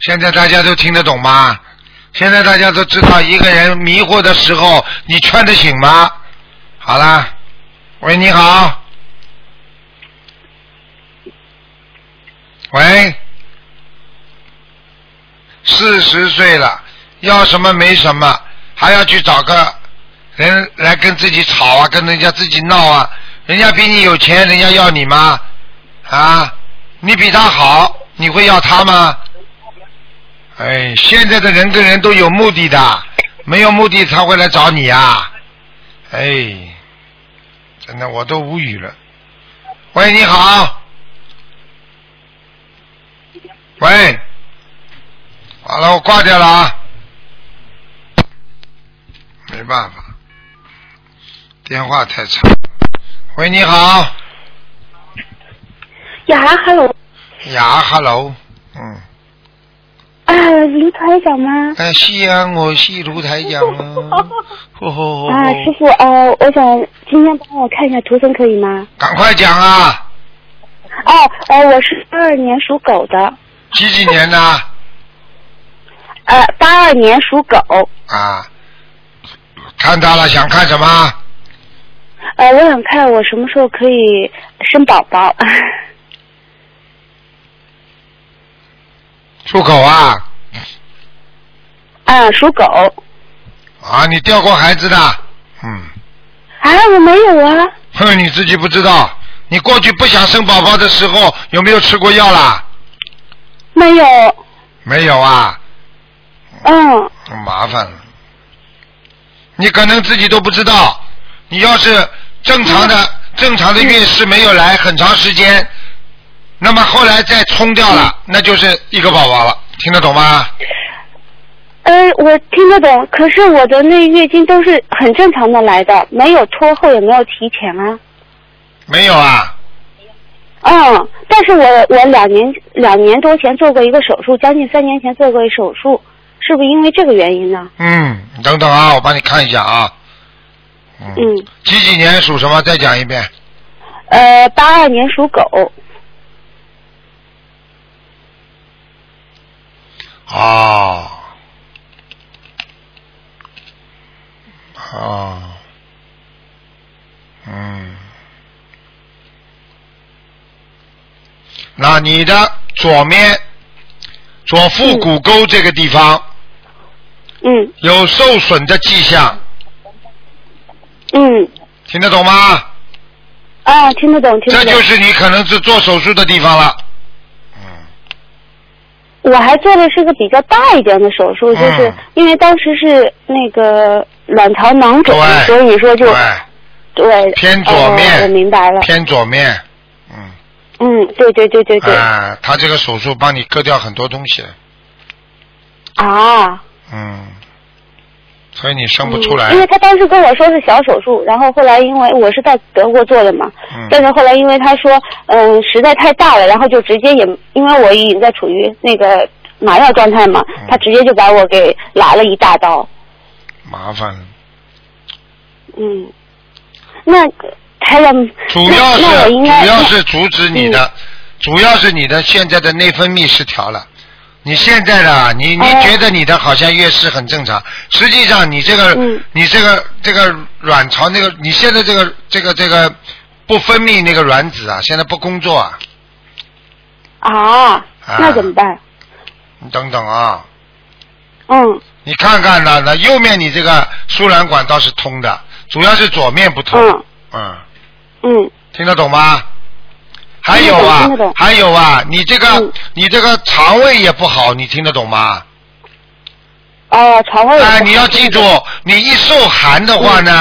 [SPEAKER 1] 现在大家都听得懂吗？现在大家都知道，一个人迷惑的时候，你劝得醒吗？好啦，喂，你好，喂，四十岁了，要什么没什么，还要去找个人来跟自己吵啊，跟人家自己闹啊，人家比你有钱，人家要你吗？啊，你比他好，你会要他吗？哎，现在的人跟人都有目的的，没有目的他会来找你啊！哎，真的我都无语了。喂，你好。喂，好了，我挂掉了啊。没办法，电话太吵。喂，你好，
[SPEAKER 8] 呀，hello，
[SPEAKER 1] 呀，hello，嗯，
[SPEAKER 8] 啊，卢台长吗？
[SPEAKER 1] 哎，西安，我西卢台讲啊，吼吼吼，
[SPEAKER 8] 啊，师傅，呃，我想今天帮我看一下图腾可以吗？
[SPEAKER 1] 赶快讲啊，
[SPEAKER 8] 哦，呃，我是八二年属狗的，
[SPEAKER 1] 几几年啊的
[SPEAKER 8] 呃，八二年属狗，
[SPEAKER 1] 啊？看到了，想看什么？
[SPEAKER 8] 呃，我想看我什么时候可以生宝宝。
[SPEAKER 1] 出口啊？
[SPEAKER 8] 啊，属狗
[SPEAKER 1] 啊，你掉过孩子的？嗯，
[SPEAKER 8] 啊，我没有啊，
[SPEAKER 1] 哼，你自己不知道。你过去不想生宝宝的时候，有没有吃过药啦？
[SPEAKER 8] 没有，
[SPEAKER 1] 没有啊，
[SPEAKER 8] 嗯，
[SPEAKER 1] 麻烦了。你可能自己都不知道。你要是正常的、正常的月事没有来很长时间，那么后来再冲掉了，那就是一个宝宝了。听得懂吗？
[SPEAKER 8] 呃，我听得懂，可是我的那月经都是很正常的来的，没有拖后也没有提前啊。
[SPEAKER 1] 没有啊？
[SPEAKER 8] 嗯，但是我我两年两年多前做过一个手术，将近三年前做过一手术，是不是因为这个原因呢？
[SPEAKER 1] 嗯，你等等啊，我帮你看一下啊。嗯。
[SPEAKER 8] 嗯，
[SPEAKER 1] 几几年属什么？再讲一遍。
[SPEAKER 8] 呃，八二年属狗，
[SPEAKER 1] 哦。哦。嗯。那你的左面左腹股沟这个地方
[SPEAKER 8] 嗯
[SPEAKER 1] 有受损的迹象，
[SPEAKER 8] 嗯，
[SPEAKER 1] 听得懂吗？
[SPEAKER 8] 啊，听得懂，听
[SPEAKER 1] 这
[SPEAKER 8] 得懂。
[SPEAKER 1] 就是你可能是做手术的地方了。
[SPEAKER 8] 嗯我还做的是个比较大一点的手术，就是
[SPEAKER 1] 嗯
[SPEAKER 8] 因为当时是那个卵巢囊肿，
[SPEAKER 1] 对
[SPEAKER 8] 所以说就
[SPEAKER 1] 对，
[SPEAKER 8] 对
[SPEAKER 1] 偏左面
[SPEAKER 8] 哦我明白了。
[SPEAKER 1] 偏左面。
[SPEAKER 8] 嗯，对对对对对。
[SPEAKER 1] 啊，他这个手术帮你割掉很多东西，
[SPEAKER 8] 啊，
[SPEAKER 1] 嗯，所以你生不出来
[SPEAKER 8] 嗯因。为他当时跟我说是小手术，然后后来因为我是在德国做的嘛，
[SPEAKER 1] 嗯
[SPEAKER 8] 但是后来因为他说，嗯，实在太大了，然后就直接也，因为我已经在处于那个麻药状态嘛，
[SPEAKER 1] 嗯
[SPEAKER 8] 他直接就把我给来了一大刀，
[SPEAKER 1] 麻烦了。
[SPEAKER 8] 嗯，那还有，
[SPEAKER 1] 主要
[SPEAKER 8] 那那我
[SPEAKER 1] 是
[SPEAKER 8] 应
[SPEAKER 1] 主
[SPEAKER 8] 该嗯
[SPEAKER 1] 要是阻止你的，主要是你的现在的内分泌失调了。你现在的你你
[SPEAKER 8] 哦
[SPEAKER 1] 觉得你的好像月事很正常，实际上你这个、
[SPEAKER 8] 嗯
[SPEAKER 1] 你这个这个卵巢那个你现在这个这个这个不分泌那个卵子啊，现在不工作啊，
[SPEAKER 8] 啊，那怎么办？
[SPEAKER 1] 你等等啊，
[SPEAKER 8] 嗯
[SPEAKER 1] 你看看呢，那右面你这个输卵管倒是通的，主要是左面不通，
[SPEAKER 8] 嗯
[SPEAKER 1] 嗯
[SPEAKER 8] 嗯
[SPEAKER 1] 听得懂吗？还有啊
[SPEAKER 8] 听得懂听得，懂
[SPEAKER 1] 还有啊，你这个、
[SPEAKER 8] 嗯
[SPEAKER 1] 你这个肠胃也不好，你听得懂吗？
[SPEAKER 8] 哦，肠胃
[SPEAKER 1] 哎，你要记住，你一受寒的话
[SPEAKER 8] 嗯
[SPEAKER 1] 呢，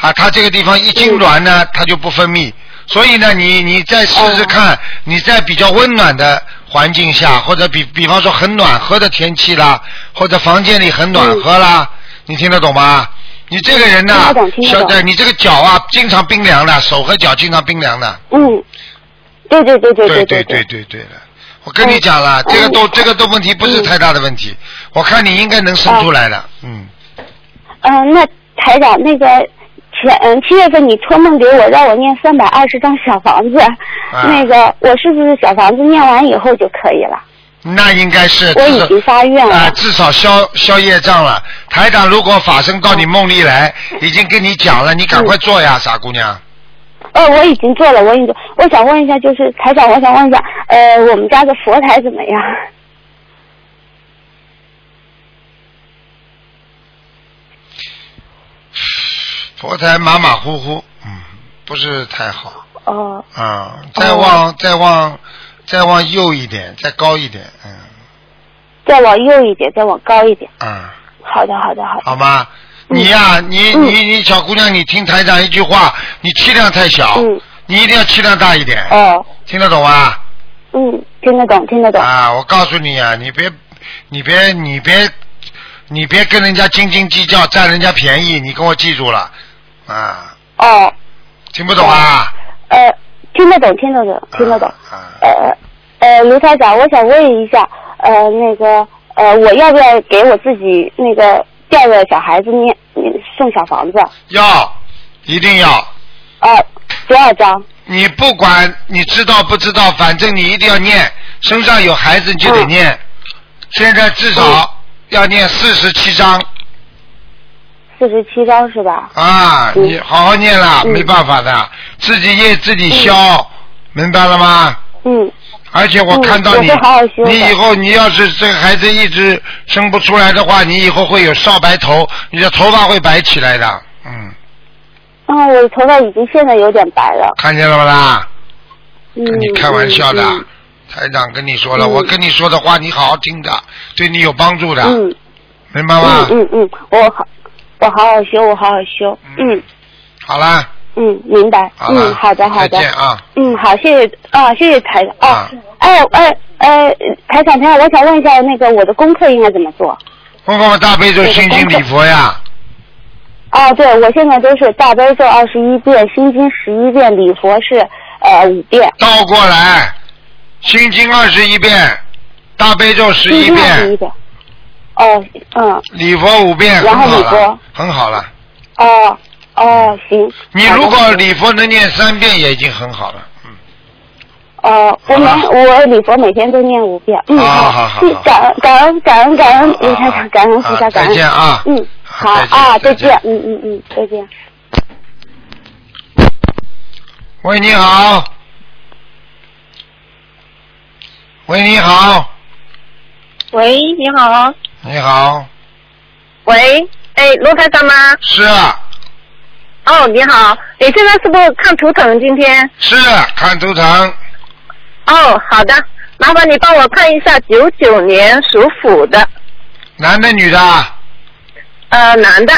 [SPEAKER 1] 啊，它这个地方一痉挛呢，它就不分泌。所以呢，你你再试试
[SPEAKER 8] 哦
[SPEAKER 1] 看，你在比较温暖的环境下，或者比比方说很暖和的天气啦，或者房间里很暖和啦，你听得懂吗？你这个人呢
[SPEAKER 8] 嗯听得懂，听得
[SPEAKER 1] 小
[SPEAKER 8] 懂
[SPEAKER 1] 对，你这个脚啊，经常冰凉的，手和脚经常冰凉的。
[SPEAKER 8] 嗯，对对对对
[SPEAKER 1] 对
[SPEAKER 8] 对
[SPEAKER 1] 对对对了，我跟你讲了，
[SPEAKER 8] 嗯
[SPEAKER 1] 这个都
[SPEAKER 8] 嗯哦
[SPEAKER 1] 这个都问题不是太大的问题，我看你应该能生出来的，嗯。
[SPEAKER 8] 嗯，那台长，那个前嗯七月份你托梦给我，让我念三百二十张小房子，那个我是不是小房子念完以后就可以了？
[SPEAKER 1] 那应该是
[SPEAKER 8] 我
[SPEAKER 1] 至
[SPEAKER 8] 已
[SPEAKER 1] 少
[SPEAKER 8] 经发愿了
[SPEAKER 1] 啊、至少消消业障了。台长如果法身
[SPEAKER 8] 哦
[SPEAKER 1] 到你梦里来，已经跟你讲了，你
[SPEAKER 8] 嗯
[SPEAKER 1] 赶快做呀，傻姑娘。
[SPEAKER 8] 哦，我已经做了，我已经。我想问一下，就是台长，我想问一下，呃，我们家的佛台怎么样？
[SPEAKER 1] 佛台马马虎虎，嗯，不是太好
[SPEAKER 8] 哦，
[SPEAKER 1] 啊、再往、再往再往右一点，再高一点，嗯
[SPEAKER 8] 再往右一点，再往高一点。
[SPEAKER 1] 啊。
[SPEAKER 8] 好的，好的，好的。
[SPEAKER 1] 好吗？你呀、
[SPEAKER 8] 嗯
[SPEAKER 1] 你你你小姑娘，你听台长一句话，你气量太小，
[SPEAKER 8] 嗯
[SPEAKER 1] 你一定要气量大一点，
[SPEAKER 8] 哦，
[SPEAKER 1] 听得懂吗？
[SPEAKER 8] 嗯，听得懂，听得懂。
[SPEAKER 1] 啊，我告诉你啊，你别你别你别你别跟人家斤斤计较，占人家便宜，你跟我记住了啊！
[SPEAKER 8] 哦，
[SPEAKER 1] 听不懂啊？
[SPEAKER 8] 呃，听得懂，听得懂，听得懂。呃呃，卢台长，我想问一下，呃，那个呃，我要不要给我自己那个带着小孩子念念送小房子？
[SPEAKER 1] 要，一定要。
[SPEAKER 8] 哦、多少张？
[SPEAKER 1] 你不管你知道不知道，反正你一定要念。身上有孩子你就得
[SPEAKER 8] 嗯
[SPEAKER 1] 念，现在至少要念四十七章
[SPEAKER 8] 四十七张是吧？嗯
[SPEAKER 1] 啊！你好好念啦，没办法的，自己业自己消，明白了吗？
[SPEAKER 8] 嗯。
[SPEAKER 1] 而且我看到
[SPEAKER 8] 嗯
[SPEAKER 1] 你
[SPEAKER 8] 我会好好修，的
[SPEAKER 1] 你以后你要是这个孩子一直生不出来的话，你以后会有少白头，你的头发会白起来的，嗯，
[SPEAKER 8] 啊、我的头发已经现在有点白了。
[SPEAKER 1] 看见了吧啦？
[SPEAKER 8] 嗯。
[SPEAKER 1] 你开玩笑的，台长跟你说了，我跟你说的话你好好听的，对你有帮助的，
[SPEAKER 8] 嗯
[SPEAKER 1] 明白吗？
[SPEAKER 8] 嗯嗯嗯，我好，我好好修，我好好修。嗯
[SPEAKER 1] 好啦，
[SPEAKER 8] 嗯，明白。
[SPEAKER 1] 好了
[SPEAKER 8] 嗯，好的好的
[SPEAKER 1] 再。见啊。
[SPEAKER 8] 嗯，好，谢谢啊，谢谢台长啊。哎哎哎，台长台长，我想问一下，那个我的功课应该怎么做？
[SPEAKER 1] 功课大悲咒心经礼佛呀，
[SPEAKER 8] 哦，对，我现在都是大悲咒二十一遍，心经十一遍，礼佛是呃五遍。
[SPEAKER 1] 倒过来，心经二十一遍，大悲咒十一
[SPEAKER 8] 心经二十
[SPEAKER 1] 遍，
[SPEAKER 8] 一遍。哦，嗯，
[SPEAKER 1] 礼佛五遍，很
[SPEAKER 8] 然后
[SPEAKER 1] 好
[SPEAKER 8] 礼佛
[SPEAKER 1] 了，很好了。
[SPEAKER 8] 哦哦，行。
[SPEAKER 1] 你
[SPEAKER 8] 好的
[SPEAKER 1] 如
[SPEAKER 8] 好
[SPEAKER 1] 果
[SPEAKER 8] 的
[SPEAKER 1] 礼佛能念三遍也已经很好了。
[SPEAKER 8] 哦，我每我礼佛每天都念五遍。嗯，
[SPEAKER 1] 啊好好好好啊
[SPEAKER 8] 感恩感恩感恩感恩卢台长，感恩菩萨，
[SPEAKER 1] 好
[SPEAKER 8] 感恩。
[SPEAKER 1] 再见啊
[SPEAKER 8] 嗯，好啊，再见。嗯嗯嗯，再见。
[SPEAKER 1] 喂，你好。喂，你好，
[SPEAKER 4] 喂，你好，
[SPEAKER 1] 你好，
[SPEAKER 4] 喂，哎，罗台长吗？
[SPEAKER 1] 是啊
[SPEAKER 4] 哦，你好，你现在是不是看图腾？今天？
[SPEAKER 1] 是啊看图腾，
[SPEAKER 4] 哦，好的，麻烦你帮我看一下九九年属虎的，
[SPEAKER 1] 男的女的
[SPEAKER 4] 呃，男的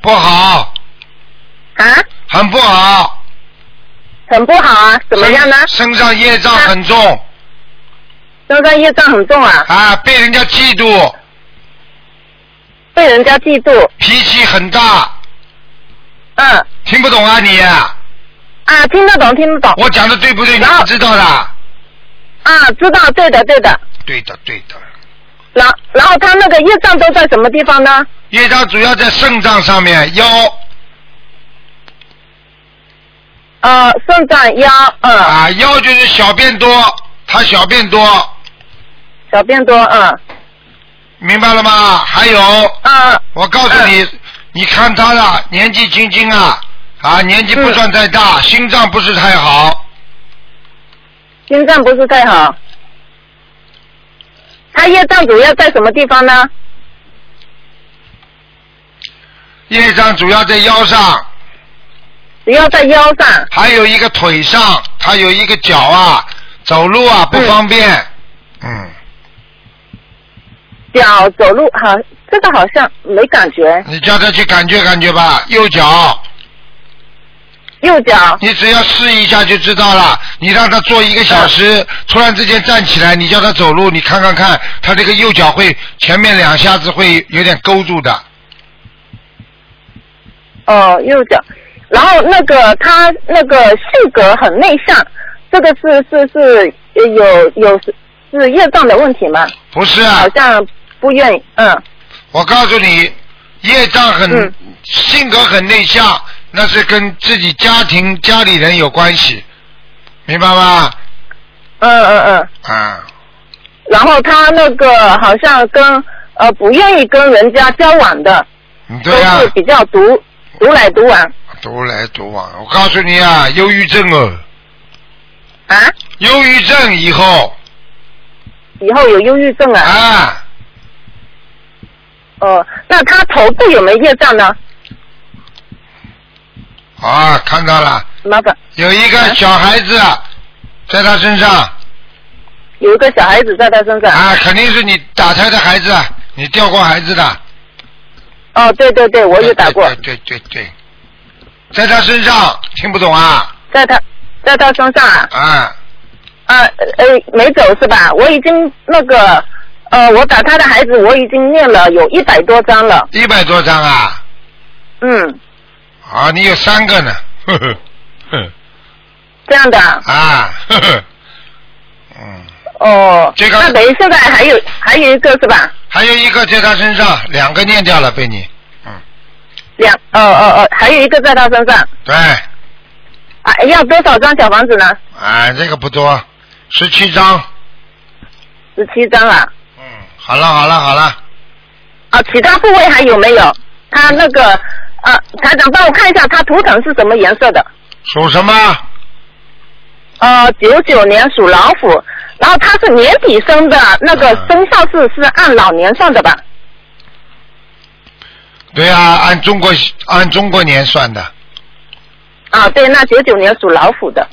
[SPEAKER 1] 不好，
[SPEAKER 4] 啊，
[SPEAKER 1] 很不好，
[SPEAKER 4] 很不好啊，怎么样呢？
[SPEAKER 1] 身上业障很重
[SPEAKER 4] 身上业障很重啊，
[SPEAKER 1] 啊，被人家嫉妒，
[SPEAKER 4] 被人家嫉妒，
[SPEAKER 1] 脾气很大。
[SPEAKER 4] 嗯。
[SPEAKER 1] 听不懂啊你
[SPEAKER 4] 啊，听得懂，听得懂。
[SPEAKER 1] 我讲的对不对？你不知道的。
[SPEAKER 4] 啊，知道，对的，对的。
[SPEAKER 1] 对的，对的。
[SPEAKER 4] 然然后他那个业障都在什么地方呢？
[SPEAKER 1] 业障主要在肾脏上面，腰
[SPEAKER 4] 呃，肾脏、腰，嗯。
[SPEAKER 1] 啊，腰就是小便多，他小便多。
[SPEAKER 4] 小便多，嗯。
[SPEAKER 1] 明白了吗？还有，
[SPEAKER 4] 嗯，
[SPEAKER 1] 我告诉你，你看他了，年纪轻轻啊，啊，年纪不算太大，心脏不是太好，
[SPEAKER 4] 心脏不是太好。他业障主要在什么地方呢？
[SPEAKER 1] 业障主要在腰上，
[SPEAKER 4] 主要在腰上。
[SPEAKER 1] 还有一个腿上，还有一个脚啊，走路啊不方便。嗯
[SPEAKER 4] 脚走路好，这个好像没感觉。
[SPEAKER 1] 你叫他去感觉感觉吧，右脚。
[SPEAKER 4] 右脚。
[SPEAKER 1] 你只要试一下就知道了。你让他坐一个小时，突然之间站起来，你叫他走路，你看看看，他这个右脚会前面两下子会有点勾住的。
[SPEAKER 4] 哦，右脚。然后那个他那个性格很内向，这个是是是呃有有是业障的问题吗？
[SPEAKER 1] 不是啊
[SPEAKER 4] 好像不愿意，嗯。
[SPEAKER 1] 我告诉你，业障很、性格很内向，那是跟自己家庭家里人有关系，明白吗？
[SPEAKER 4] 嗯嗯嗯。
[SPEAKER 1] 啊，
[SPEAKER 4] 然后他那个好像跟呃不愿意跟人家交往的，
[SPEAKER 1] 对呀、
[SPEAKER 4] 都是比较独独来独往。
[SPEAKER 1] 独来独往。我告诉你啊，忧郁症哦。
[SPEAKER 4] 啊？
[SPEAKER 1] 忧郁症以后。
[SPEAKER 4] 以后有忧郁症啊？
[SPEAKER 1] 啊。
[SPEAKER 4] 哦，那他头部有没有业障呢？
[SPEAKER 1] 啊，看到了，
[SPEAKER 4] 麻烦。
[SPEAKER 1] 有一个小孩子啊在他身上
[SPEAKER 4] 有一个小孩子在他身上。
[SPEAKER 1] 啊，肯定是你打胎的孩子，啊，你掉过孩子的。
[SPEAKER 4] 哦，对对对，我有打过，
[SPEAKER 1] 对对对，在他身上听不懂啊？
[SPEAKER 4] 在他在他身上啊。
[SPEAKER 1] 啊，
[SPEAKER 4] 啊呃没走是吧？我已经那个呃，我打他的孩子，我已经念了有一百多章了。
[SPEAKER 1] 一百多张啊。
[SPEAKER 4] 嗯。
[SPEAKER 1] 啊，你有三个呢，呵呵，呵
[SPEAKER 4] 这样的啊。
[SPEAKER 1] 啊，嗯呵呵，
[SPEAKER 4] 哦，
[SPEAKER 1] 这个
[SPEAKER 4] 那等于现在还有还有一个是吧？
[SPEAKER 1] 还有一个在他身上，两个念掉了被你，
[SPEAKER 4] 两哦哦哦，还有一个在他身上，
[SPEAKER 1] 对，
[SPEAKER 4] 啊，要多少张小房子呢？
[SPEAKER 1] 啊，这个不多，十七张，嗯
[SPEAKER 4] 十七张啊，
[SPEAKER 1] 好了好了好了，
[SPEAKER 4] 啊，其他部位还有没有？他那个呃，台长帮我看一下，他图腾是什么颜色的？
[SPEAKER 1] 属什么？
[SPEAKER 4] 呃，九九年属老虎，然后他是年底生的，那个生肖是是按老年算的吧？
[SPEAKER 1] 对啊，按中国按中国年算的，
[SPEAKER 4] 啊，对，那九九年属老虎的，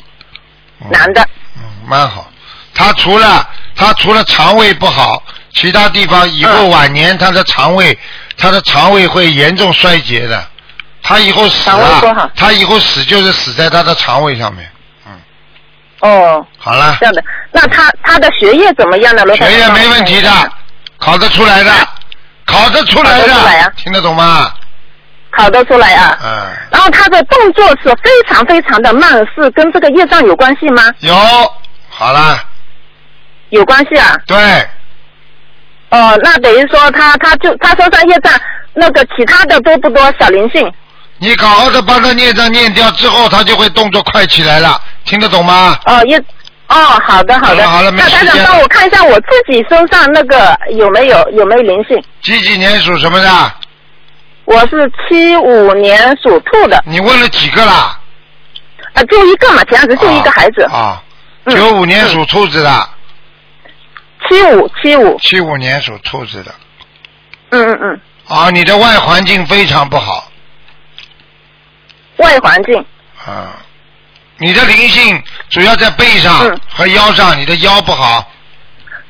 [SPEAKER 4] 男的，
[SPEAKER 1] 嗯蛮好。他除了他除了肠胃不好，其他地方以
[SPEAKER 4] 嗯
[SPEAKER 1] 后晚年他的肠胃他的肠胃会严重衰竭的，他以后死
[SPEAKER 4] 肠胃不好
[SPEAKER 1] 啊，他以后死就是死在他的肠胃上面。
[SPEAKER 4] 哦，
[SPEAKER 1] 好了
[SPEAKER 4] 这，样的。那他他的学业怎么样呢？罗台
[SPEAKER 1] 学业
[SPEAKER 4] 长
[SPEAKER 1] 没问题的，考得出来的，考得出来
[SPEAKER 4] 嗯考得出来
[SPEAKER 1] 的
[SPEAKER 4] 啊，
[SPEAKER 1] 听得懂吗？
[SPEAKER 4] 考得出来啊。
[SPEAKER 1] 嗯。
[SPEAKER 4] 然后他的动作是非常非常的慢，是跟这个业障有关系吗？
[SPEAKER 1] 有，好了，
[SPEAKER 4] 有关系啊。
[SPEAKER 1] 对，
[SPEAKER 4] 哦，那等于说他他就他身上业障，那个其他的多不多？小灵性。
[SPEAKER 1] 你好好的帮他念章念掉之后，他就会动作快起来了，听得懂吗？
[SPEAKER 4] 哦，业。哦，好的
[SPEAKER 1] 好
[SPEAKER 4] 好的。
[SPEAKER 1] 了好了没
[SPEAKER 4] 那台
[SPEAKER 1] 时
[SPEAKER 4] 长
[SPEAKER 1] 间了
[SPEAKER 4] 帮我看一下我自己身上那个有没有有没有灵性？
[SPEAKER 1] 几几年属什么的？
[SPEAKER 4] 我是七五年属兔的，
[SPEAKER 1] 你问了几个啦？
[SPEAKER 4] 啊，就一个嘛，前
[SPEAKER 1] 哦
[SPEAKER 4] 两子就一个孩子。嗯
[SPEAKER 1] 啊，九五年属兔子的。
[SPEAKER 4] 七五七五。
[SPEAKER 1] 七五年属兔子的。
[SPEAKER 4] 嗯嗯嗯，
[SPEAKER 1] 啊，你的外环境非常不好
[SPEAKER 4] 外环境。
[SPEAKER 1] 啊，你的灵性主要在背
[SPEAKER 4] 嗯
[SPEAKER 1] 上和腰上，你的腰不好。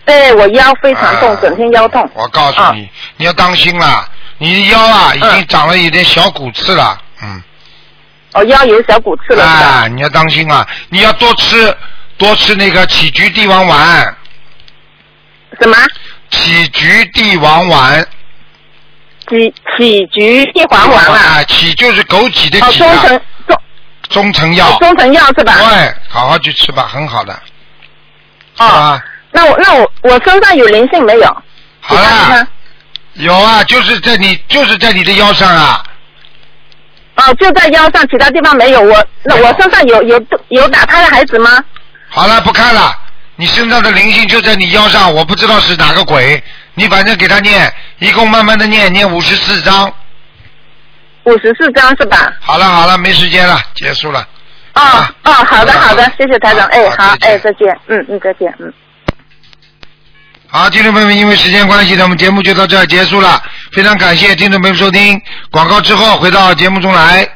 [SPEAKER 4] 对哎我腰非常痛，整天腰痛。
[SPEAKER 1] 啊
[SPEAKER 4] 啊
[SPEAKER 1] 我告诉你，你要当心啦，你的腰啊
[SPEAKER 4] 嗯
[SPEAKER 1] 已经长了一点小骨刺了，嗯。
[SPEAKER 4] 哦，腰有小骨刺了。
[SPEAKER 1] 啊，你要当心啊！你要多吃多吃那个杞菊地黄丸。
[SPEAKER 4] 什么？
[SPEAKER 1] 杞菊地黄丸。
[SPEAKER 4] 杞杞菊地黄丸啊
[SPEAKER 1] 啊，杞就是枸杞的
[SPEAKER 4] 哦，
[SPEAKER 1] 杞
[SPEAKER 4] 中
[SPEAKER 1] 啊。
[SPEAKER 4] 成中
[SPEAKER 1] 中成药。
[SPEAKER 4] 中成药是吧？
[SPEAKER 1] 对，好好去吃吧，很好的。
[SPEAKER 4] 哦，那我那我我身上有灵性没有？
[SPEAKER 1] 好啦。有啊，就是在你就是在你的腰上啊，
[SPEAKER 4] 哦，就在腰上，其他地方没有。我那我身上有有有打胎的孩子吗？
[SPEAKER 1] 好了，不看了。你身上的灵性就在你腰上，我不知道是哪个鬼，你反正给他念，一共慢慢的念，念五十四章。
[SPEAKER 4] 五十四张是吧？
[SPEAKER 1] 好了好了，没时间了，结束了。
[SPEAKER 4] 哦哦，好的好的，谢谢台长。哎，好
[SPEAKER 1] 好，
[SPEAKER 4] 哎，再见。嗯嗯，再见。嗯。
[SPEAKER 1] 好，听众朋友们，因为时间关系呢，我们节目就到这儿结束了。非常感谢听众朋友们收听，广告之后回到节目中来。